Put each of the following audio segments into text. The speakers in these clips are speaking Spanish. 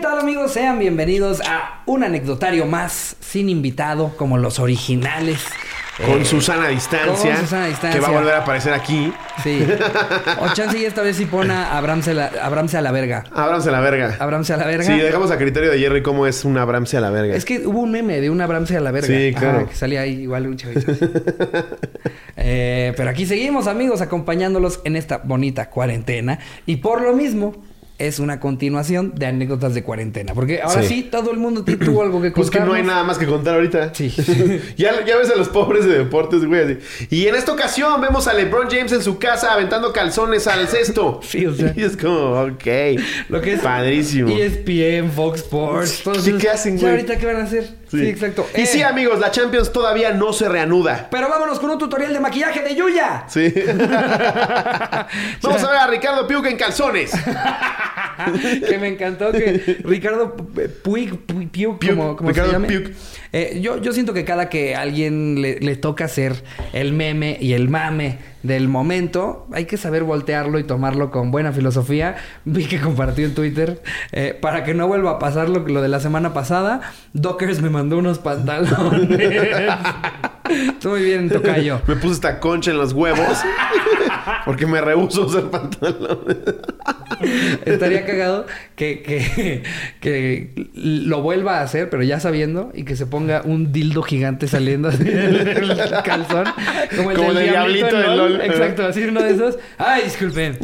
tal amigos? Sean bienvenidos a un anecdotario más sin invitado como los originales. Eh, Con Susana a distancia, con Susana a distancia. Que va a volver a aparecer aquí. Sí. O chance y esta vez sí pone a Abramse la- Abramse a la verga. Ábranse a la verga. Abramse a la verga. Sí, dejamos a criterio de Jerry cómo es un abramse a la verga. Es que hubo un meme de un Abramse a la verga. Sí, claro. que salía ahí igual un chavito. así. Eh, pero aquí seguimos, amigos, acompañándolos en esta bonita cuarentena. Y por lo mismo, es una continuación de anécdotas de cuarentena. Porque ahora sí, Sí. todo el mundo t- tuvo algo que Pues que contar. no hay nada más que contar ahorita. Sí. ya, ya ves a los pobres de deportes, güey. así. Y en esta ocasión vemos a LeBron James en su casa aventando calzones al cesto. Sí, o sea. Y es como, ok. Lo que es E Padrísimo. ESPN, Fox Sports. todos Sí, esos- ¿qué hacen, ¿Ya güey? ahorita qué van a hacer? Sí, exacto. Y Eh, sí, amigos, la Champions todavía no se reanuda. Pero vámonos con un tutorial de maquillaje de Yuya. Sí. Vamos a ver a Ricardo Piuca en calzones. que me encantó que Ricardo P- Puig, Pu- Piuk, Piuk, como, como Ricardo se llame. Piuk. Eh, yo, yo siento que cada que alguien le, le toca hacer el meme y el mame del momento, hay que saber voltearlo y tomarlo con buena filosofía. Vi que compartió en Twitter, eh, para que no vuelva a pasar lo, lo de la semana pasada, Dockers me mandó unos pantalones. Estuvo muy bien, Tocayo. Me puse esta concha en los huevos porque me rehuso a usar pantalones. Estaría cagado que, que, que lo vuelva a hacer, pero ya sabiendo, y que se ponga un dildo gigante saliendo así del calzón. Como el Como del el diablito, diablito en del LOL. LOL. Exacto, así uno de esos. ¡Ay, disculpen!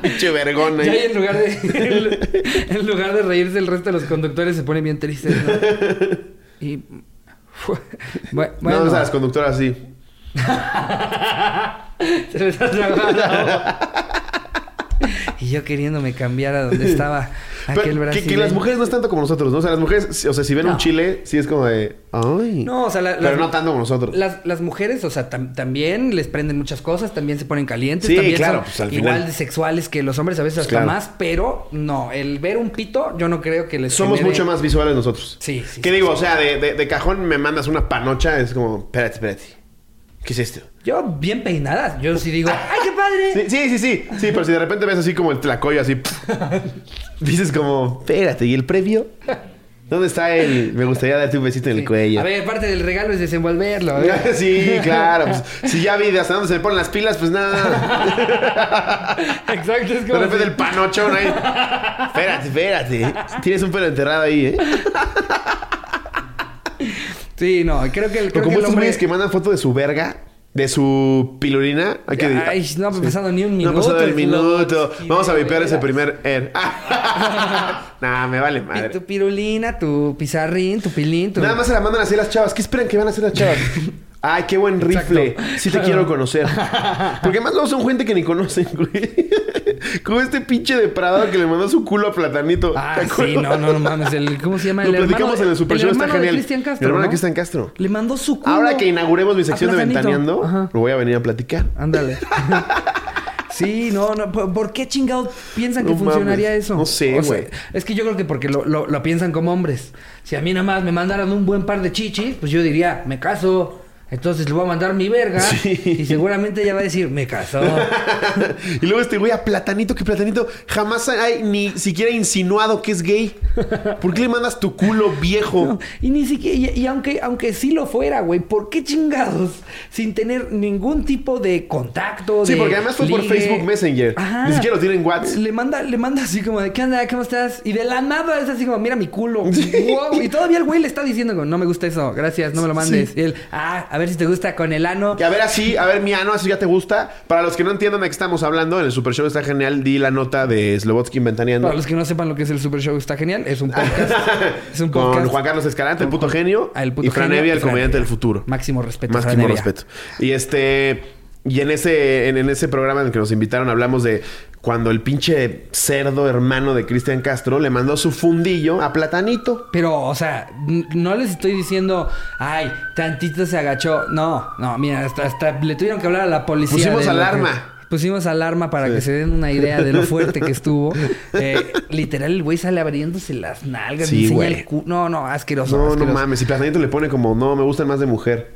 Pinche vergón Ya ahí. ahí en lugar de en lugar de reírse el resto de los conductores se pone bien triste. ¿no? Y bueno, No, o sea, las conductoras sí. Se les ha trabado la hoja. Y yo queriéndome cambiar a donde estaba aquel Pero que, Ah, brasileño. que las mujeres no es tanto como nosotros, ¿no? O sea, las mujeres, si- o sea, si ven No. un chile, sí es como de. ¡Ay! No, o sea, la- Pero las- no tanto como nosotros. Las, las mujeres, o sea, tam- también les prenden muchas cosas, también se ponen calientes, Sí, también claro, son pues, al igual final. de sexuales que los hombres, a veces hasta Claro. más, pero no, el ver un pito, yo no creo que les Somos genere- mucho más visuales nosotros. Sí, sí, ¿Qué sí, digo? O sea, de, de- de cajón me mandas una panocha, es como, espérate, espérate. ¿Qué es esto? Yo bien peinadas, yo sí digo, ¡ay, qué padre! Sí, sí, sí, sí. Sí, pero si de repente ves así como el tlacoyo, así. dices como, espérate, ¿y el previo? ¿Dónde está el.? Me gustaría darte un besito en el cuello. A ver, parte del regalo es desenvolverlo. ¿eh? Sí, claro. pues, si ya vi de hasta dónde se le ponen las pilas, pues nada. Exacto, es como... De repente si- el panochón ahí. Espérate, espérate. Tienes un pelo enterrado ahí, ¿eh? Sí, no, creo que el, creo Pero como que el estos hombre... güeyes que mandan foto de su verga, de su pilulina. Hay que Ay, no ha pasado ni un No ha minuto. pasado es el lo- minuto. Sí, Vamos a de vipear ese veras. primer er. nah, me vale madre. Y tu pirulina, tu pizarrín, tu pilín, tu... Nada más se la mandan así las chavas. ¿Qué esperan que van a hacer las chavas? Ay, qué buen rifle. Exacto. Sí te Claro. quiero conocer. Porque más luego son gente que ni conocen, güey. Como este pinche depravado que le mandó su culo a Platanito. Ah, ¿Te sí, no, acuerdas? no, no mames. El, ¿Cómo se llama? Lo platicamos hermano- en el Super Show, está hermano de genial. Cristian Castro. El hermano de ¿no? Cristian Castro. Le mandó su culo. Ahora que inauguremos mi a sección de Platanito. Ventaneando, Ajá. lo voy a venir a platicar. Ándale. Sí, no, no. ¿Por, por qué chingado piensan que No funcionaría mames, eso? no sé, O sea, güey. es que yo creo que porque lo, lo- lo piensan como hombres. Si a mí nada más me mandaran un buen par de chichis, pues yo diría, me caso. Entonces le voy a mandar mi verga. Sí. Y seguramente ella va a decir, me caso. y luego este güey a Platanito, que Platanito jamás hay ni siquiera insinuado que es gay. ¿Por qué le mandas tu culo viejo? No, y ni siquiera, y, y aunque, aunque sí lo fuera, güey, ¿por qué chingados? Sin tener ningún tipo de contacto. Sí, de porque además fue por ligue. Facebook Messenger. Ajá. Ni siquiera lo tienen WhatsApp. Le manda, le manda así como de, ¿qué onda? ¿Cómo estás? Y de la nada es así como, mira mi culo. Wow. Y todavía el güey le está diciendo, como, no me gusta eso, gracias, no me lo mandes. Y él, ah, a ver si te gusta con el ano. Que a ver así, a ver Miano, así ya te gusta. Para los que no entiendan de qué estamos hablando, en el Super Show está genial, di la nota de Slobotsky inventaneando. Para los que no sepan lo que es el Super Show, está genial. Es un podcast. es un podcast. Con Juan Carlos Escalante, el puto genio. Ah, el puto y Fran genio y Evia, el Fran comediante Evia. del futuro. Máximo respeto, Fran Máximo Evia. respeto. Y este. Y en ese, en, en ese programa en el que nos invitaron hablamos de cuando el pinche cerdo hermano de Cristian Castro le mandó su fundillo a Platanito. Pero, o sea, n- no les estoy diciendo, ay, tantito se agachó. No, no, mira, hasta, hasta le tuvieron que hablar a la policía. Pusimos de lo alarma. que- pusimos alarma para que se den una idea de lo fuerte que estuvo. Eh, literal, el güey sale abriéndose las nalgas, Sí, enseña güey. el cu- No, no, asqueroso. No, no asqueroso. mames. Y Platanito le pone como, no, me gustan más de mujer.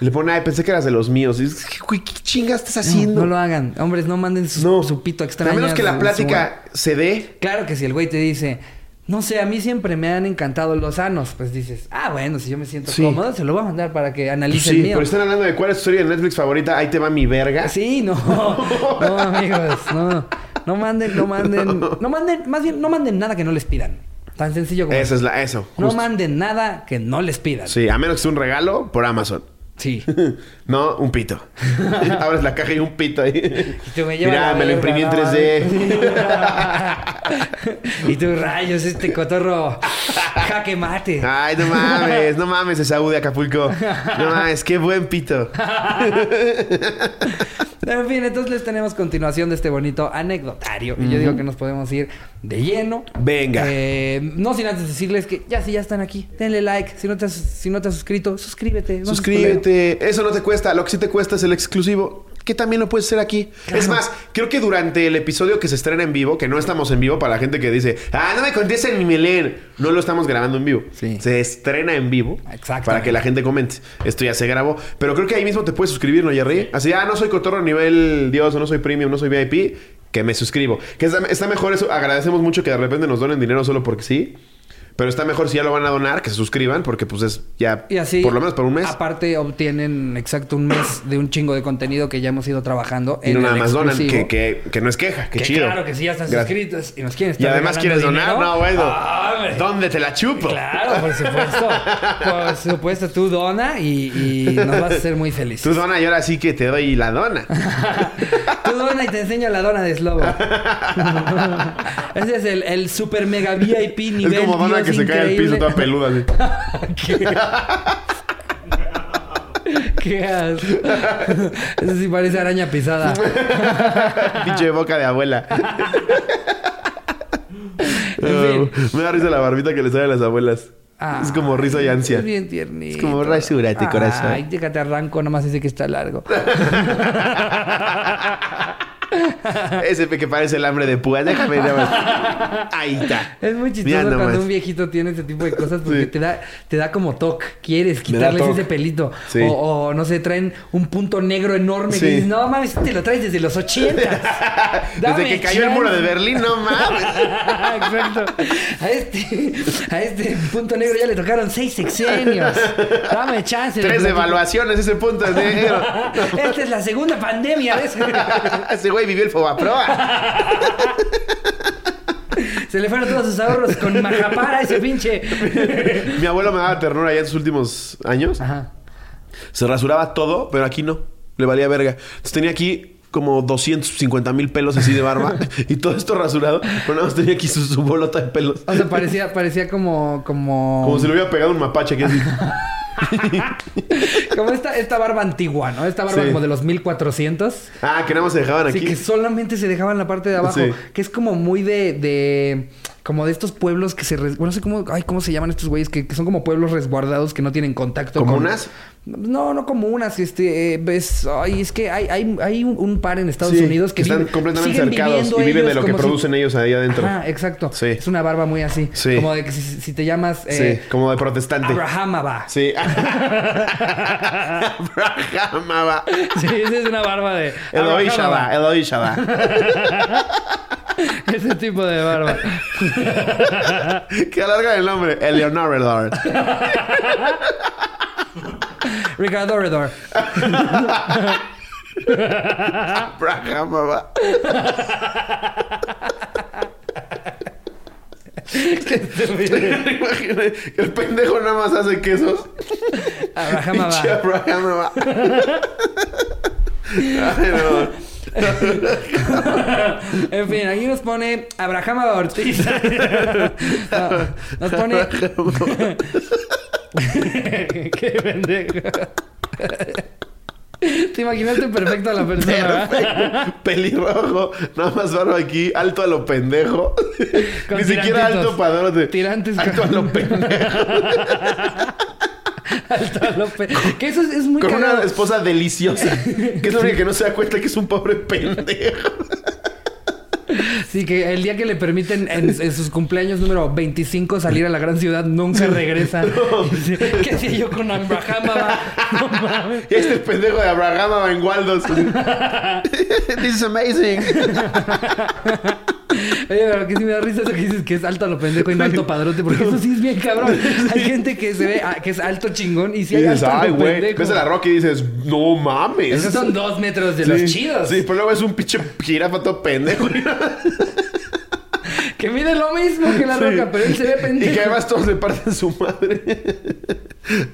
Y Le pone, ay, pensé que eras de los míos. Y dices, güey, ¿qué chingas estás No, haciendo? no lo hagan. Hombres, no manden su, su pito extraño. A menos que a la su- plática se dé. Claro que si el güey te dice, No sé, a mí siempre me han encantado los sanos. Pues dices, ah, bueno, si yo me siento Sí. cómodo, se lo voy a mandar para que analice pues Sí, el mío. pero están hablando de cuál es tu serie de Netflix favorita. Ahí te va mi verga. Sí, no. No, amigos, no. No manden, no manden. No manden, más bien, no manden nada que no les pidan. Tan sencillo como. Esa es la, eso. No justo. manden nada que no les pidan. Sí. Sí, a menos que sea un regalo por Amazon. No, un pito. Abres la caja y un pito ahí. Y tú me llevas Mira, la me lo imprimí en verga, no 3D. mames. y tú, rayos, este cotorro. Jaque mate. Ay, no mames, no mames, Esaú de Acapulco. No mames, qué buen pito. En fin, entonces les tenemos continuación de este bonito anecdotario. Y yo digo que nos podemos ir de lleno. Venga. Eh, no sin antes decirles que ya si ya están aquí, denle like. Si no te has, si no te has suscrito, suscríbete. no seas culero. Suscríbete. Eso no te cuesta. Lo que sí te cuesta es el exclusivo. Que también lo puedes hacer aquí. Es más, creo que durante el episodio que se estrena en vivo, que no estamos en vivo para la gente que dice, ah, no me contesten ni me leen. No lo estamos grabando en vivo. Sí. Se estrena en vivo Exactamente. para que la gente comente. Esto ya se grabó. Pero creo que ahí mismo te puedes suscribir, ¿no, Jerry? Así, ah, no soy cotorro nivel Dios, o no soy premium, no soy VIP, que me suscribo. Que está, está mejor eso. Agradecemos mucho que de repente nos donen dinero solo porque sí. Pero está mejor si ya lo van a donar, que se suscriban, porque pues es ya Y así. por lo menos por un mes. Aparte, obtienen exacto un mes de un chingo de contenido que ya hemos ido trabajando. Y no nada más donan, que, exclusivo. que, que no es queja, que, Que chido. Claro que sí, ya están Gracias. suscritos. Y nos quieren Y estar además quieres regalando donar, dinero. no, bueno. Ah, hombre. ¿Dónde te la chupo? Claro, por supuesto. Por supuesto, tú dona y, y nos vas a hacer muy felices. Tú dona y ahora sí que te doy la dona. Tú dona y te enseño la dona de Slobo. Ese es el, el super mega VIP nivel. es como dona Dios que se cae al increíble. piso toda peluda. así. ¿Qué asco. Eso sí parece araña pisada. Pinche boca de abuela. En fin. Me da risa la barbita que le sale a las abuelas. Ah, es como risa y ansia. Es bien tiernito. Es como rasúrate, corazón. Ay, déjate arranco, nomás ese que está largo. Ese que parece el hambre de púa. Déjame nada más. Ahí está. Es muy Mira chistoso nomás. cuando un viejito tiene ese tipo de cosas porque Sí. te da te da como toque. Quieres Me da quitarles toc. ese pelito. Sí. O, o, no sé, traen un punto negro enorme. Sí. Que dices, no mames, te lo traes desde los 80. Desde que cayó el muro de Berlín, no mames. Exacto. A este, a este punto negro ya le tocaron seis sexenios. Dame chance. de Tres platicar. evaluaciones, ese punto es negro. Esta es la segunda pandemia. ¿ves? Ese güey vivió el Fobaproa. Se le fueron todos sus ahorros con majapara ese pinche. Mi abuelo me daba ternura ya en sus últimos años. Ajá. Se rasuraba todo, pero aquí no. Le valía verga. Entonces tenía aquí como 250 mil pelos así de barba y todo esto rasurado, pero nada más tenía aquí su, su bolota de pelos. O sea, parecía, parecía como, como. Como si le hubiera pegado un mapache aquí así. Como esta, esta barba antigua, ¿no? Esta barba Sí. como de los 1400. Ah, que nada más se dejaban Así aquí. que solamente se dejaban la parte de abajo. Sí. Que es como muy de, de- Como de estos pueblos que se... res- Bueno, no sé cómo... Ay, ¿cómo se llaman estos güeyes? Que, que son como pueblos resguardados que no tienen contacto con- ¿Comunas? No, no comunas. Este... eh, ves- Ay, es que hay, hay, hay un, un par en Estados Sí, Unidos que, están viven- completamente siguen cercados viviendo y viven de ellos lo que como si- producen ellos ahí adentro. Ajá, exacto. Sí. Es una barba muy así. Sí. Como de que si, si te llamas... sí, Eh, como de protestante. Abrahamaba. Sí. Abrahamaba. Sí, esa es una barba de. Eloy Abraham. Shabbat, Eloy Shabbat. Ese tipo de barba. Que alarga el nombre. Eleonora Lord. Ricardo Redor. Abraham, mamá. ¿Te imaginas que el pendejo nada más hace quesos? Abraham Pinche Abba. Abraham, mamá. Ay, no. En fin, aquí nos pone Abraham Abba Ortiz. No, nos pone. Qué pendejo. Te imaginaste perfecto a la persona. ¿verdad? Pelirrojo, nada más barba aquí, alto a lo pendejo. Con Ni siquiera tirantitos. alto para darte. Tirantes Alto a con- lo pendejo. Alto López. Que eso es, es muy Con una cagado. esposa deliciosa. Que es la única que no se da cuenta que es un pobre pendejo. Sí, que el día que le permiten en, en sus cumpleaños número 25 salir a la gran ciudad, nunca regresa. Dice, ¿Qué hacía yo con Abraham? Abba? No mames. Y este pendejo de Abraham va en Waldos. This is amazing. Oye, pero que sí me da risa eso que dices que es alto a lo pendejo y no alto padrote, porque eso sí es bien cabrón. Hay gente que se ve ah, que es alto chingón y sí Y hay dices, alto a ay, lo güey. pendejo. Ves a la Rocky y dices, no mames. Esos son dos metros de los chidos. Sí, pero luego es un pinche jirafa todo pendejo. Que mide lo mismo que la Sí. roca, pero él se ve pendejo. Y que además todos le parten su madre.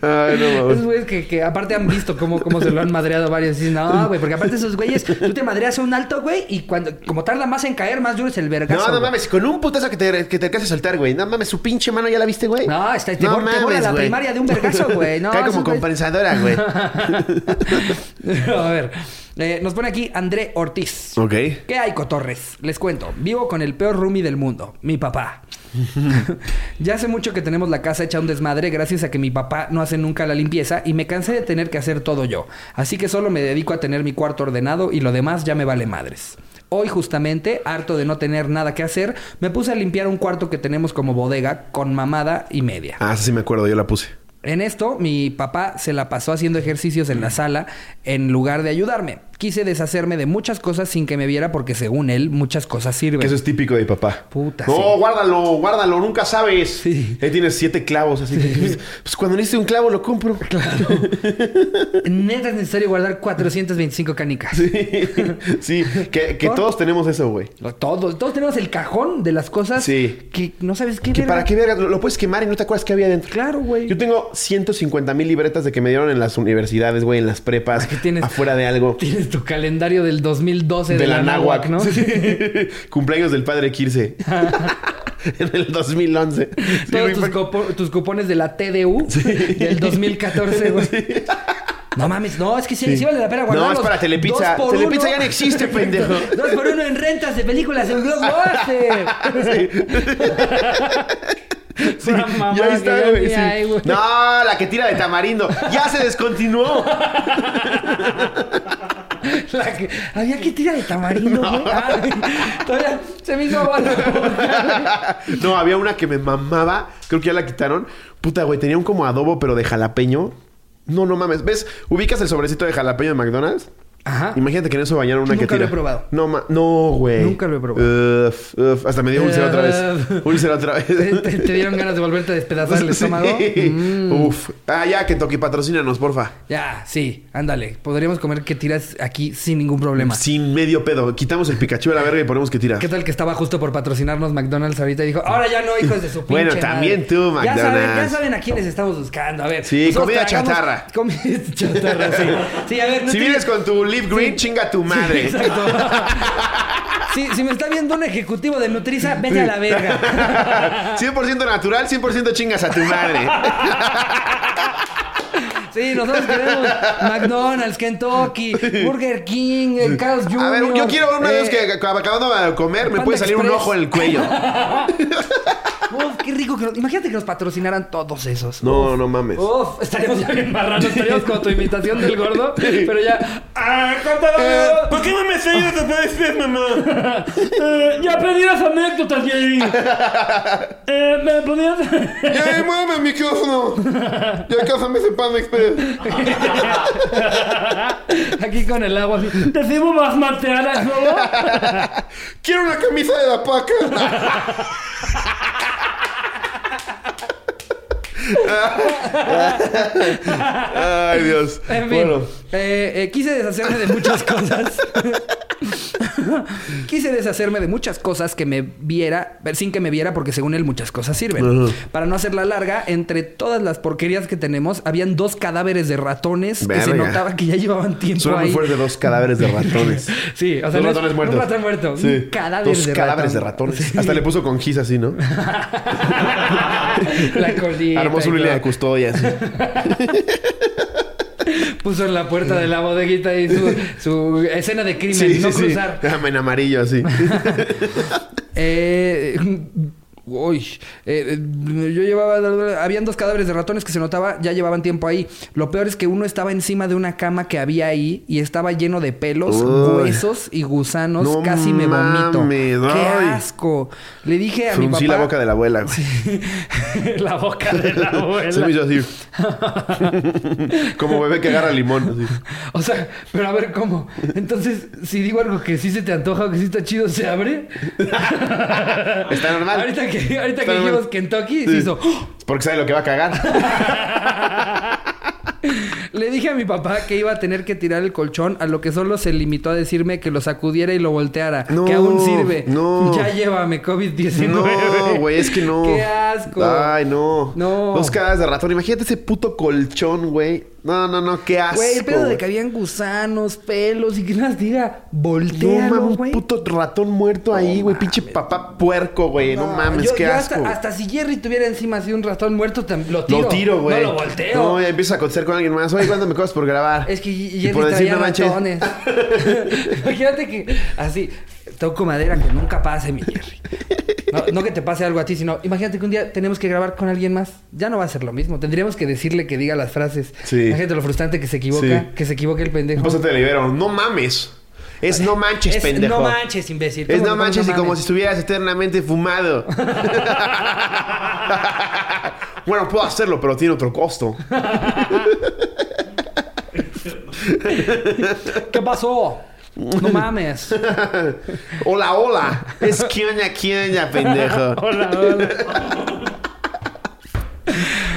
Ay, no Esos mames. güeyes que, que aparte han visto cómo, cómo se lo han madreado varios. Y dicen, no, güey, porque aparte esos güeyes, tú te madreas a un alto, güey, y cuando, como tarda más en caer, más duro es el vergazo. No, no güey. mames, con un putazo que te, que te alcanza a soltar, güey. No mames, su pinche mano ya la viste, güey. No, está, te, bor- te borra la güey. primaria de un vergazo, güey. No, Cae como esos güeyes- compensadora, güey. a ver, eh, nos pone aquí André Ortiz. ok. ¿Qué hay, cotorres? Les cuento. Vivo con el peor roomie del mundo, mi papá. ya hace mucho que tenemos la casa hecha un desmadre gracias a que mi papá no hace nunca la limpieza y me cansé de tener que hacer todo yo. Así que solo me dedico a tener mi cuarto ordenado y lo demás ya me vale madres. Hoy justamente, harto de no tener nada que hacer, me puse a limpiar un cuarto que tenemos como bodega con mamada y media. Ah, esa sí me acuerdo, yo la puse. En esto, mi papá se la pasó haciendo ejercicios en la sala en lugar de ayudarme. Quise deshacerme de muchas cosas sin que me viera porque según él muchas cosas sirven. Que eso es típico de mi papá. Puta, No, sí. guárdalo, guárdalo, nunca sabes. Sí. Ahí tienes siete clavos, así que pues, pues, cuando necesite un clavo lo compro. Claro. Neta es necesario guardar 425 canicas. sí, que, que ¿Por? todos tenemos eso, güey. Lo- Todos, todos tenemos el cajón de las cosas Sí. que no sabes qué Que verga. para qué verga, lo, lo puedes quemar y no te acuerdas qué había dentro. Claro, güey. Yo tengo 150 mil libretas de que me dieron en las universidades, güey, en las prepas, Aquí Ah, tienes- afuera de algo. Tienes tu calendario del 2012 De, de, la náhuac, ¿no? Sí. Cumpleaños del padre Kirse. en el 2011. Sí, Todos güey, tus, fue- copo- tus cupones de la TDU del 2014, güey. No mames, no, es que sí, sí vale la pena guardarlos. No, es para Telepizza. Dos por Telepizza uno. ya no existe, pendejo. Dos por uno en rentas de películas en Blockbuster. Sí, Una mamada ya que está, ya güey. ni sí. hay, güey. No, la que tira de tamarindo. Ya se descontinuó. La que- Había que tirar de tamarindo, güey. Ay, todavía se me hizo agua la boca. no, había una que me mamaba. Creo que ya la quitaron. Puta, güey, tenía un como adobo, pero de jalapeño. No, no mames. ¿Ves? Ubicas el sobrecito de jalapeño de McDonald's. Ajá. Imagínate que en eso bañaron una Ah. Nunca que lo tira. he probado. No, ma- no, güey. Nunca lo he probado. Uf, uf, hasta me dio úlcera otra vez. Uf. Úlcera otra vez. ¿Te, te- te dieron ganas de volverte a despedazar el Sí. estómago? Mm. Uf. Ah, ya, Kentucky, patrocínanos, porfa. Ya, sí, ándale. Podríamos comer que tiras aquí sin ningún problema. Sin medio pedo. Quitamos el Pikachu a la verga y ponemos que tira. ¿Qué tal que estaba justo por patrocinarnos McDonald's ahorita y dijo, ahora ya no, hijos de su pinche Bueno, también madre"? tú, Ya saben, ya McDonald's. saben a quiénes estamos buscando. A ver. Sí, nosotros comida tragamos- chatarra. Comida chatarra, sí. Sí, a ver. no Si tiene- vienes con tu Leaf Green, Sí. chinga tu madre. Exacto. Sí, si me está viendo un ejecutivo de Nutriza, vete a la verga. 100% natural, 100% chingas a tu madre. Sí, nosotros queremos McDonald's, Kentucky, Burger King, eh, Carl's Jr. A ver, yo quiero una de esos eh, que ac- acabando de comer me Panda puede salir un Express. ojo en el cuello. Uf, qué rico que nos- Imagínate que nos patrocinaran todos esos. No, no mames. Uf, estaríamos ya bien marranos, estaríamos con tu imitación del gordo, pero ya. ¡Ah, contador! ¿Por qué no me has ayudado a después, mamá? Eh, ya aprendí las anécdotas, Jerry. Eh, ¿Me ponías? ¡Ya muéveme el micrófono! ¡Ya cásame ese Panda Express! Aquí con el agua así. Te sirvo más manteanas, ¿no? ¡Quiero una camisa de la paca! Ay, Dios. En fin, Bueno. eh, eh, quise deshacerme de muchas cosas. quise deshacerme de muchas cosas que me viera, ver, sin que me viera, porque según él muchas cosas sirven. Ujú. Para no hacerla larga, entre todas las porquerías que tenemos, habían dos cadáveres de ratones que se Verga. notaba que ya llevaban tiempo Suena muy ahí. fuerte dos cadáveres de ratones. Sí, o sea, dos no es- ratones muertos. Un ratón muerto. Sí. Un cadáver dos de cadáveres ratón. de ratones. Sí. Hasta le puso con gis así, ¿no? la colita. Armó su y línea de todo. custodia. así. Puso en la puerta de la bodeguita y su, su escena de crimen, Sí, no sí, sí. cruzar. Déjame en amarillo así. Eh, Uy, eh, eh, yo llevaba. Habían dos cadáveres de ratones que se notaba, ya llevaban tiempo ahí. Lo peor es que uno estaba encima de una cama que había ahí y estaba lleno de pelos, Uy. huesos y gusanos. No Casi me vomito. mames, ¡Qué ay. asco! Le dije a Fruncí mi papá. la boca de la abuela, güey. la boca de la abuela. Se me hizo así. Como bebé que agarra limón. así. O sea, pero a ver cómo. Entonces, si digo algo que sí se te antoja o que sí está chido, ¿se abre? Está normal. Ahorita que, ahorita que Está normal. dijimos Kentucky, se Sí. hizo. ¡Oh! Es Porque sabe lo que va a cagar. Le dije a mi papá que iba a tener que tirar el colchón, a lo que solo se limitó a decirme que lo sacudiera y lo volteara. No, que aún sirve. no. Ya llévame COVID-19. No, güey, es que no. Qué asco. Ay, no. No. Dos caras de ratón. Imagínate ese puto colchón, güey. No, no, no, qué asco. Güey, el pedo de güey. que habían gusanos, pelos y que nos diga, No voltealo, mames, un güey. puto ratón muerto ahí, güey. Pinche papá puerco, güey. No, mames, Ah, yo- qué yo asco. Hasta, hasta si Jerry tuviera encima así un ratón muerto, tam- lo tiro. Lo tiro, güey. No lo volteo. No, ya empiezo a conocer con alguien más. Oye, ¿cuándo me cobras por grabar? Es que Y Jerry por decir, traía no manches. ratones. Imagínate que así, toco madera que nunca pase, mi Jerry. No, no que te pase algo a ti, sino imagínate que un día tenemos que grabar con alguien más. Ya no va a ser lo mismo. Tendríamos que decirle que diga las frases. Sí. Imagínate lo frustrante que se equivoca, Sí. que se equivoque el pendejo. Pásate de Pues libero. No mames. Es no manches, Es, pendejo. No manches, imbécil. Es ¿Cómo no que manches y como mames? si estuvieras eternamente fumado. bueno, puedo hacerlo, pero tiene otro costo. ¿Qué pasó? No mames. Hola, hola. Es quioña, quioña, pendejo. Hola, hola.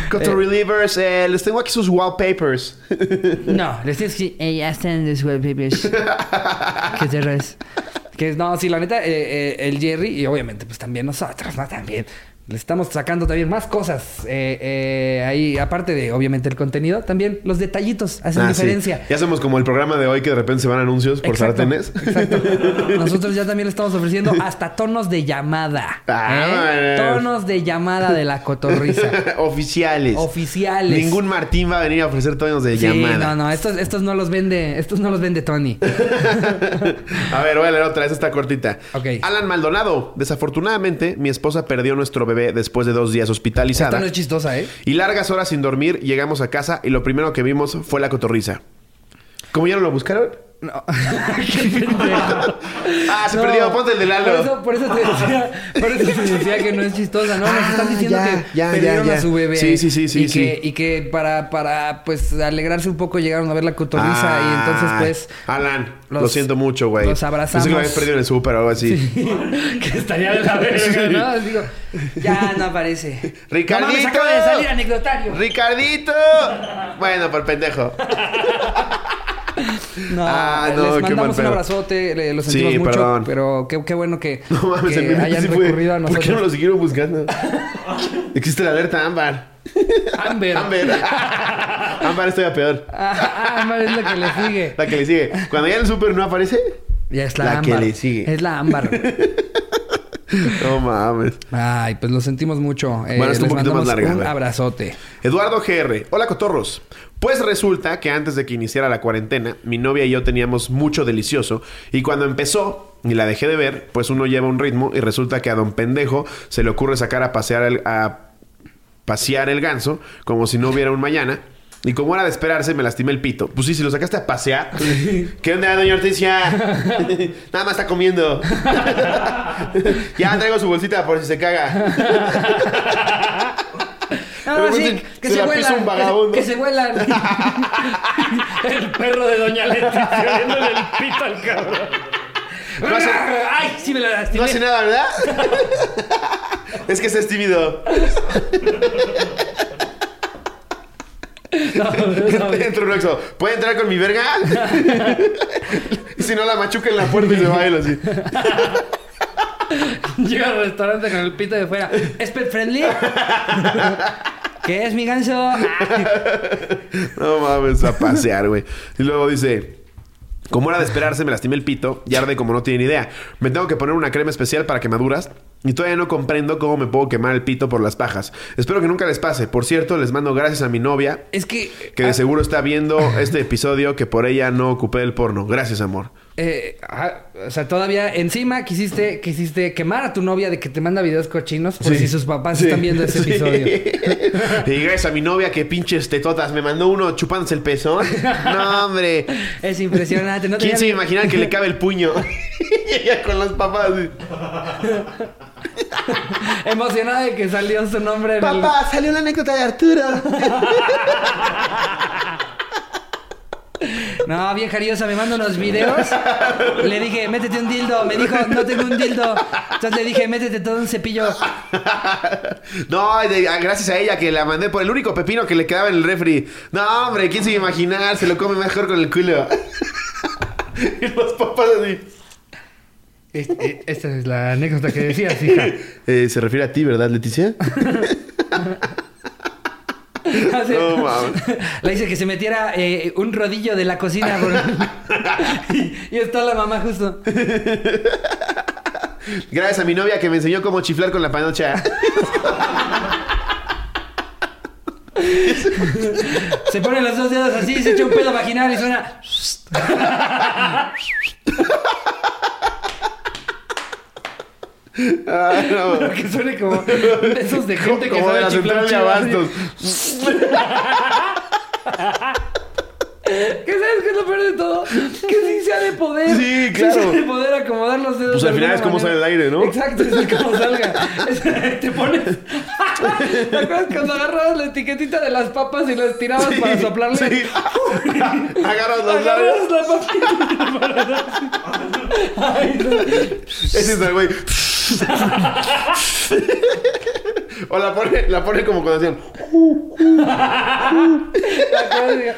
Coto Relievers, eh, les tengo aquí sus wallpapers. No, les tienes que decir, hey, ya están los wallpapers. Qué terror es. Que es- no, sí, la neta, eh, eh, el Jerry y obviamente, pues también nosotros, ¿no? También. Le estamos sacando también más cosas eh, eh, ahí, aparte de obviamente el contenido, también los detallitos hacen Ah, sí. diferencia. Ya somos como el programa de hoy que de repente se van anuncios por Exacto, sartenes. Exacto. Nosotros ya también le estamos ofreciendo hasta tonos de llamada. Ah, ¿eh? bueno. Tonos de llamada de la cotorriza. Oficiales. Oficiales. Ningún Martín va a venir a ofrecer tonos de Sí, llamada. no, no, estos, estos no los vende, estos no los vende Tony. A ver, voy a leer otra, esta está cortita. Ok. Alan Maldonado. Desafortunadamente, mi esposa perdió nuestro bebé después de dos días hospitalizada. Esta no es chistosa, ¿eh? Y largas horas sin dormir, llegamos a casa y lo primero que vimos fue la cotorriza. ¿Cómo ya no lo buscaron? No. Qué pendejo. Ah, se perdió, ponte el de Lalo. Por eso, por eso te decía, por eso te decía que no es chistosa, ¿no? Nos están diciendo Ah, ya, que ya, perdieron ya, ya. a su bebé. Sí, sí, sí, sí, y Que, sí. y que para, para, pues, alegrarse un poco llegaron a ver la cotorriza y entonces, pues... Ah, Alan, lo los- siento mucho, güey. los abrazamos. Pensé que lo habías perdido en el súper o algo así. que estaría de la verga, pues, ¿no? Digo, ya no aparece. No ¡Ricardito! mames, acaba de salir anecdotario. ¡Ricardito! Bueno, por pendejo. No, Ah, no, les qué mal mandamos un pedo. abrazote, le- lo sentimos Sí, mucho, perdón. pero qué, qué bueno que, No mames, que el meme hayan sí fue, recurrido a ¿Por qué no nosotros. lo siguieron buscando? Existe la alerta Ámbar. Amber. Ámbar. Ámbar es todavía peor. Ah, Ámbar es la que le sigue. La que le sigue. Cuando ya en el súper no aparece, Ya es la, La que ámbar. le sigue. Es la ámbar. No mames. Ay, pues lo sentimos mucho. Eh, Bueno, está un les poquito más mandamos larga, un güey. abrazote. Eduardo GR. Hola, cotorros. Pues resulta que antes de que iniciara la cuarentena, mi novia y yo teníamos mucho delicioso. Y cuando empezó y la dejé de ver, pues uno lleva un ritmo y resulta que a don pendejo se le ocurre sacar a pasear el, a pasear el ganso como si no hubiera un mañana. Y como era de esperarse, me lastimé el pito. Pues sí, si lo sacaste a pasear. ¿Qué onda, doña Hortensia? Nada más está comiendo. ya traigo su bolsita por si se caga. Ah, Pero sí, pues, que se se, la vuelan. pisa un que se- Que vagabundo. se, vuelan. El perro de Doña Leti viéndole el pito al cabrón. No hace- Ay, sí me la No lastimé. hace nada, ¿verdad? es que ese es tímido. Entra un exo. ¿Puede entrar con mi verga? Y si no, la machuca en la puerta y se va él así. Llega al restaurante con el pito de fuera. ¿Es pet friendly? ¿Qué es mi ganso? Ah, No mames, a pasear, güey. Y luego dice... Como era de esperarse, me lastimé el pito y arde como no tienen idea. Me tengo que poner una crema especial para quemaduras Y todavía no comprendo cómo me puedo quemar el pito por las pajas. Espero que nunca les pase. Por cierto, les mando gracias a mi novia, Es que. que de ah, seguro está viendo este episodio que por ella no ocupé el porno. Gracias, amor. eh, ah, o sea, todavía encima quisiste, quisiste quemar a tu novia de que te manda videos cochinos por si sus papás Sí. están viendo ese Sí. episodio. y gracias a mi novia que pinches tetotas me mandó uno chupándose el pezón. No, hombre. Es impresionante. No ¿Quién tenía se ni- iba a imaginar que le cabe el puño? y ella con las papas. así, Emocionada de que salió su nombre en el- Papá, salió la anécdota de Arturo. No, bien jariosa, me manda unos videos. Le dije, métete un dildo. Me dijo, no tengo un dildo. Entonces le dije, métete todo un cepillo. no, de- a- gracias a ella que la mandé por el único pepino que le quedaba en el refri. No, hombre, ¿quién se iba a imaginar? Se lo come mejor con el culo. y los papás así. Este- esta es la anécdota que decías, hija. Eh, se refiere a ti, ¿verdad, Leticia? Así- No, mames. Le dice que se metiera eh, un rodillo de la cocina. por- y, y está la mamá justo. Gracias a mi novia que me enseñó cómo chiflar con la panocha. Se pone los dos dedos así, se echa un pedo vaginal y suena. Ah, no. Que suene como besos de gente que Como sabe de la chiflar central de chido, así. abastos. ¿Qué sabes qué es lo peor de todo? Que sí sea de poder. Sí, claro. sea de poder acomodar los dedos. Pues de al final alguna es como manera. sale el aire, ¿no? Exacto, es el como salga. Es- te pones. ¿Te acuerdas cuando agarrabas la etiquetita de las papas y las tirabas para soplarle? Sí. Agarras los labios. Agarras la papita para dar- Ay, no. Ese es el güey. o la pone, la pone como cuando hacían. La cara de-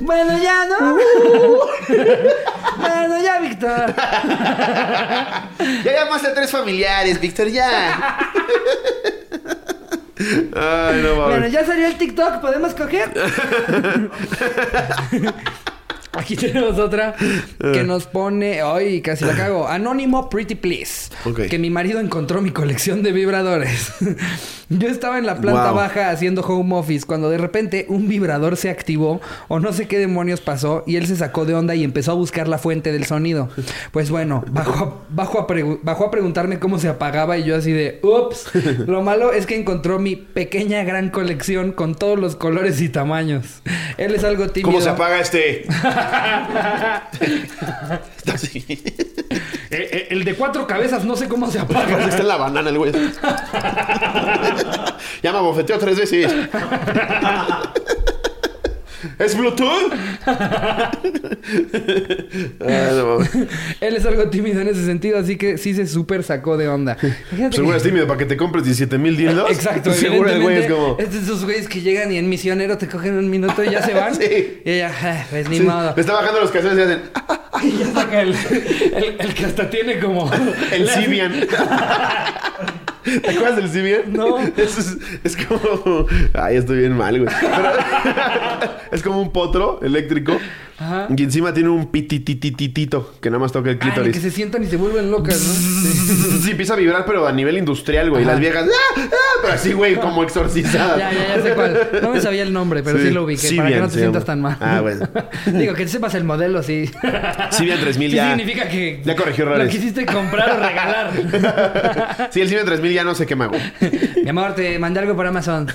Bueno, ya, ¿no? Uh. bueno, ya, Víctor. Ya llamaste a tres familiares, Víctor, ya. Ay, no Bueno, mames. ya salió el TikTok, ¿podemos coger? Aquí tenemos otra que nos pone. Ay, casi la cago. Anónimo Pretty Please. Ok. Que mi marido encontró mi colección de vibradores. Yo estaba en la planta Wow. baja haciendo home office cuando de repente un vibrador se activó o no sé qué demonios pasó y él se sacó de onda y empezó a buscar la fuente del sonido. Pues bueno, bajó a, bajó a, pregu- bajó a preguntarme cómo se apagaba y yo así de, ups. Lo malo es que encontró mi pequeña gran colección con todos los colores y tamaños. Él es algo tímido. ¿Cómo se apaga este? Está así. Eh, eh, el de Cuatro cabezas, no sé cómo se Parece que apaga. está en la banana el güey. ya me bofeteó tres veces. ¿Es Bluetooth? Ah, no mames. Él es algo tímido en ese sentido, así que sí se súper sacó de onda. Fíjate que- Seguro Pues es tímido para que te compres 17 mil dildos. Exacto, Seguro el güey es como. Es de esos güeyes que llegan y en misionero te cogen un minuto y ya se van. Sí. Y ella, "Ah, pues ni Sí, modo. le está bajando los calzones y hacen. "Ah, Y ya saca el, el- el que hasta tiene como. El Sibian. ¿Te acuerdas del Sibian? No. Es, es, es como. Ay, estoy bien mal, güey. Pero- es como un potro eléctrico. Ajá. Y encima tiene un pititititito que nada más toca el Ah, de clítoris. que se sientan y se vuelven locas, ¿no? Sí. Sí, empieza a vibrar, pero a nivel industrial, güey. Ajá. Las viejas, ¡ah! ¡ah! Pero así, güey, como exorcizadas. Ya, ya, ya sé cuál. No me sabía el nombre, pero sí, Sí. lo ubiqué. Sí, para que bien, no te se sientas llama. tan mal. Ah, bueno. Digo, que sepas el modelo, sí. Sibian 3000 Sí ya. significa que. Ya corrigió Lo errores. quisiste comprar o regalar. Sí, el Sibian 3000 ya no sé qué mago. Mi amor, te mandé algo por Amazon.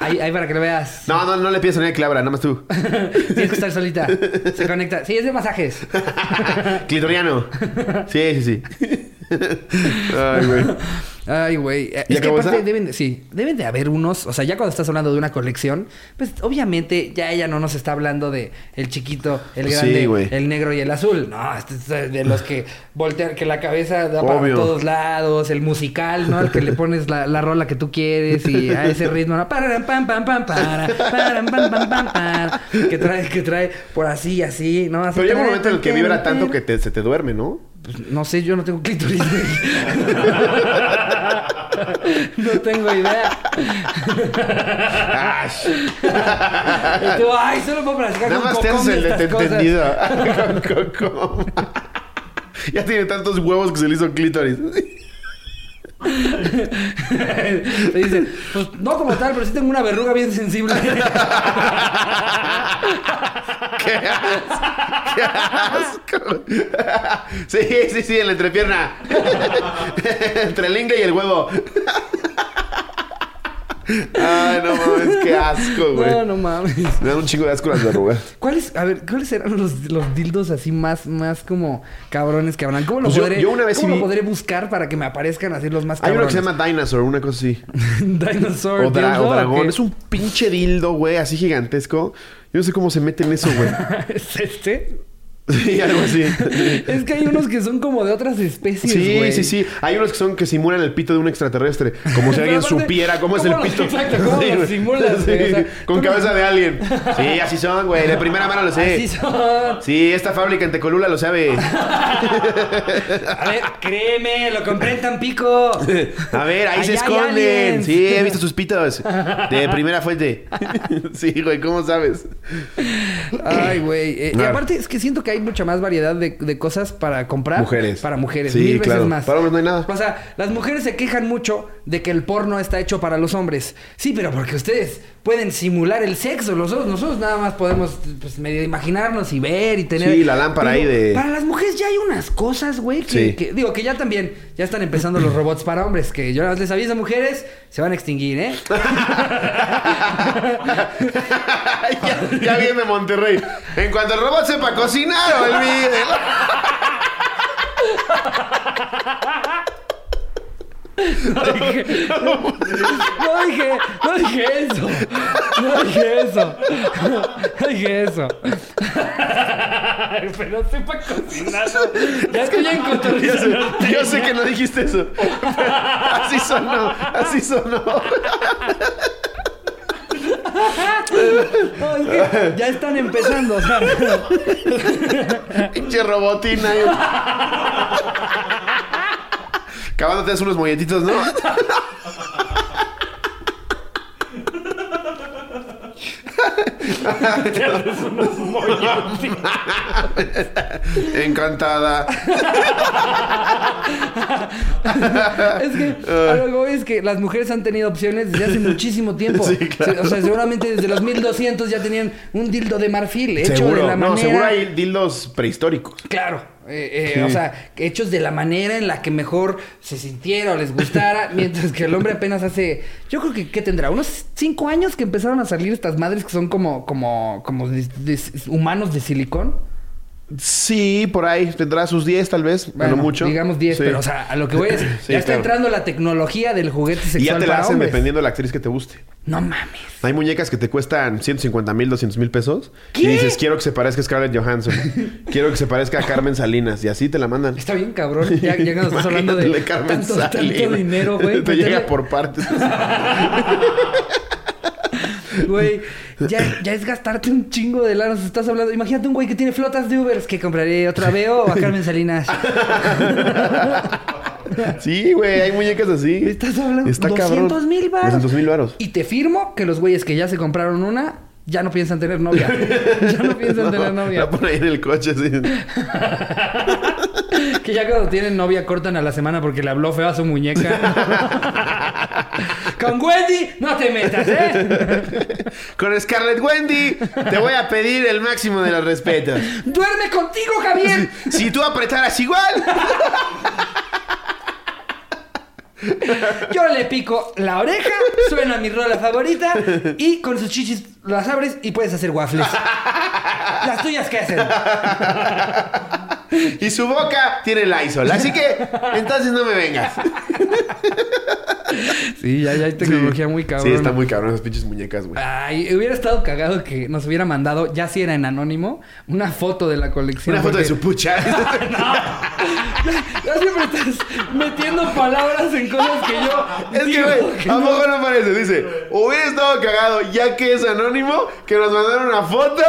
Ahí, ahí para que lo veas. No, no, no le pides a nadie que le abra, nada más tú. Tienes que estar solita. Se conecta. Sí, es de masajes. Clitoriano. Sí, sí, sí. Ay, güey. Ay, güey. Eh, ¿Ya Es que acabó aparte esa? deben de, sí, deben de haber unos, o sea, ya cuando estás hablando de una colección, pues obviamente ya ella no nos está hablando de el chiquito, el Sí, grande, güey. el negro y el azul. No, este es de los que voltean que la cabeza da para Obvio. todos lados, el musical, ¿no? Al que le pones la, la rola que tú quieres y a ese ritmo, ¿no? Pararam, pam, pam, pam, para, pararam, pam, pam, pam, para. que trae que trae por así así, ¿no? Así, Pero llega un momento en el que tan, vibra tan, tanto que te- se te duerme, ¿no? pues, No sé, yo no tengo clítoris. No tengo idea. Ay, Y tú, ay, solo puedo platicar Nada con más te Cocom haces de el estas cosas". desentendido. Con Coco. Ya tiene tantos huevos que se le hizo clítoris. Te dice, pues no como tal, pero sí tengo una verruga bien sensible. ¡Qué asco! ¡Qué asco! Sí, sí, sí, en la entrepierna. Entre el ingle y el huevo. Ay, no mames, qué asco, güey. no, no mames. Me dan un chingo de asco las verrugas. ¿Cuáles, a ver, cuáles eran los, los dildos así más, más como cabrones que habrán? ¿Cómo lo Pues yo- podré, yo una vez cómo sí lo vi- podré buscar para que me aparezcan así los más Hay uno que cabrones? se llama Dinosaur, una cosa así. Dinosaur O, dra- dildo, o dragón. qué? Es un pinche dildo, güey, así gigantesco. Yo no sé cómo se mete en eso, güey. ¿Es este? Sí, algo así. Es que hay unos que son como de otras especies, Sí, güey. sí, sí. Hay unos que son que simulan el pito de un extraterrestre. Como si Pero alguien aparte, supiera cómo, es el ¿cómo lo- pito. exacto, cómo lo güey. simulas, güey? O sea, con tú no- cabeza de alguien. Sí, así son, güey. De primera mano lo sé. Así son. Sí, esta fábrica en Tecolula lo sabe. A ver, créeme, lo compré en Tampico. A ver, ahí Allá se hay esconden. aliens. Sí, he visto sus pitos. De primera fuente. Sí, güey, ¿cómo sabes? Ay, güey. Eh, y Ah. aparte es que siento que hay mucha más variedad de, de cosas para comprar. Mujeres. Para mujeres. Sí, mil veces claro. más. Para hombres no hay nada. O sea, las mujeres se quejan mucho de que el porno está hecho para los hombres. Sí, pero porque ustedes pueden simular el sexo. Los otros, nosotros nada más podemos pues, medio imaginarnos y ver y tener... Sí, la lámpara Pero ahí de- Para las mujeres ya hay unas cosas, güey, que, Sí. que- Digo, que ya también, ya están empezando los robots para hombres. Que yo nada más les aviso, mujeres, se van a extinguir, ¿eh? ya, ya viene Monterrey. En cuanto el robot sepa cocinar, olvídelo. No dije, no dije eso. No dije eso. No dije eso. Pero sepa cocinar. ¿no? Ya Es que ya encontré Yo sé, yo sé que no dijiste eso. pero Así sonó, así sonó. No, es que ya están empezando. O sea, Pinche robotina. Acabando te das unos molletitos, ¿no? te haces unos molletes. Encantada. es que a lo que voy es que las mujeres han tenido opciones desde hace muchísimo tiempo. Sí, claro. O sea, seguramente desde los 1200 ya tenían un dildo de marfil hecho de Seguro, la no, manera. seguro hay dildos prehistóricos. Claro. eh, eh, Sí. O sea, hechos de la manera en la que mejor se sintiera o les gustara, mientras que el hombre apenas hace, yo creo que ¿qué tendrá unos cinco años que empezaron a salir estas madres que son como, como, como de- de- humanos de silicón. Sí, por ahí. Tendrá sus 10 tal vez, pero Bueno, no mucho. Digamos 10, Sí. pero o sea, a lo que voy es, ya está claro. entrando la tecnología del juguete sexual Y ya te la para hacen hombres. dependiendo de la actriz que te guste. No mames. Hay muñecas que te cuestan 150 mil, 200 mil pesos. ¿Qué? Y dices, quiero que se parezca a Scarlett Johansson. quiero que se parezca a Carmen Salinas. Y así te la mandan. Está bien, cabrón. Ya, ya que nos estás hablando de Imagínatele, Carmen tanto, tanto Salinas. dinero, güey. Te meterle- llega por partes. Güey, ya, ya es gastarte un chingo de lana. nos Estás hablando. Imagínate un güey que tiene flotas de Ubers que compraré otra veo o a Carmen Salinas. sí, güey. Hay muñecas así. Me estás hablando Está 200 cabrón. mil varos. 200 mil varos. Y te firmo que los güeyes que ya se compraron una ya no piensan tener novia. ya no piensan tener novia. La ponen ahí en el coche así. Que ya cuando tienen novia cortan a la semana porque le habló feo a su muñeca. Con Wendy no te metas, ¿eh? Con Scarlett Wendy te voy a pedir el máximo de los respetos. Duerme contigo, Javier. Si tú apretaras igual, Yo le pico la oreja, suena mi rola favorita y con sus chichis las abres y puedes hacer waffles. Las tuyas qué hacen. y su boca tiene el isol. Así que, entonces no me vengas. Sí, ya, ya hay tecnología muy cabrón. Sí, está muy cabrón esas pinches muñecas, güey. Ay, hubiera estado cagado que nos hubiera mandado, ya si era en anónimo, una foto de la colección. Una foto de porque- su pucha. Ya siempre estás metiendo palabras en cosas que yo. Es que, digo güey, ah. que ¿a no. poco no parece? Dice, hubiera estado cagado, ya que es anónimo, que nos mandaron una foto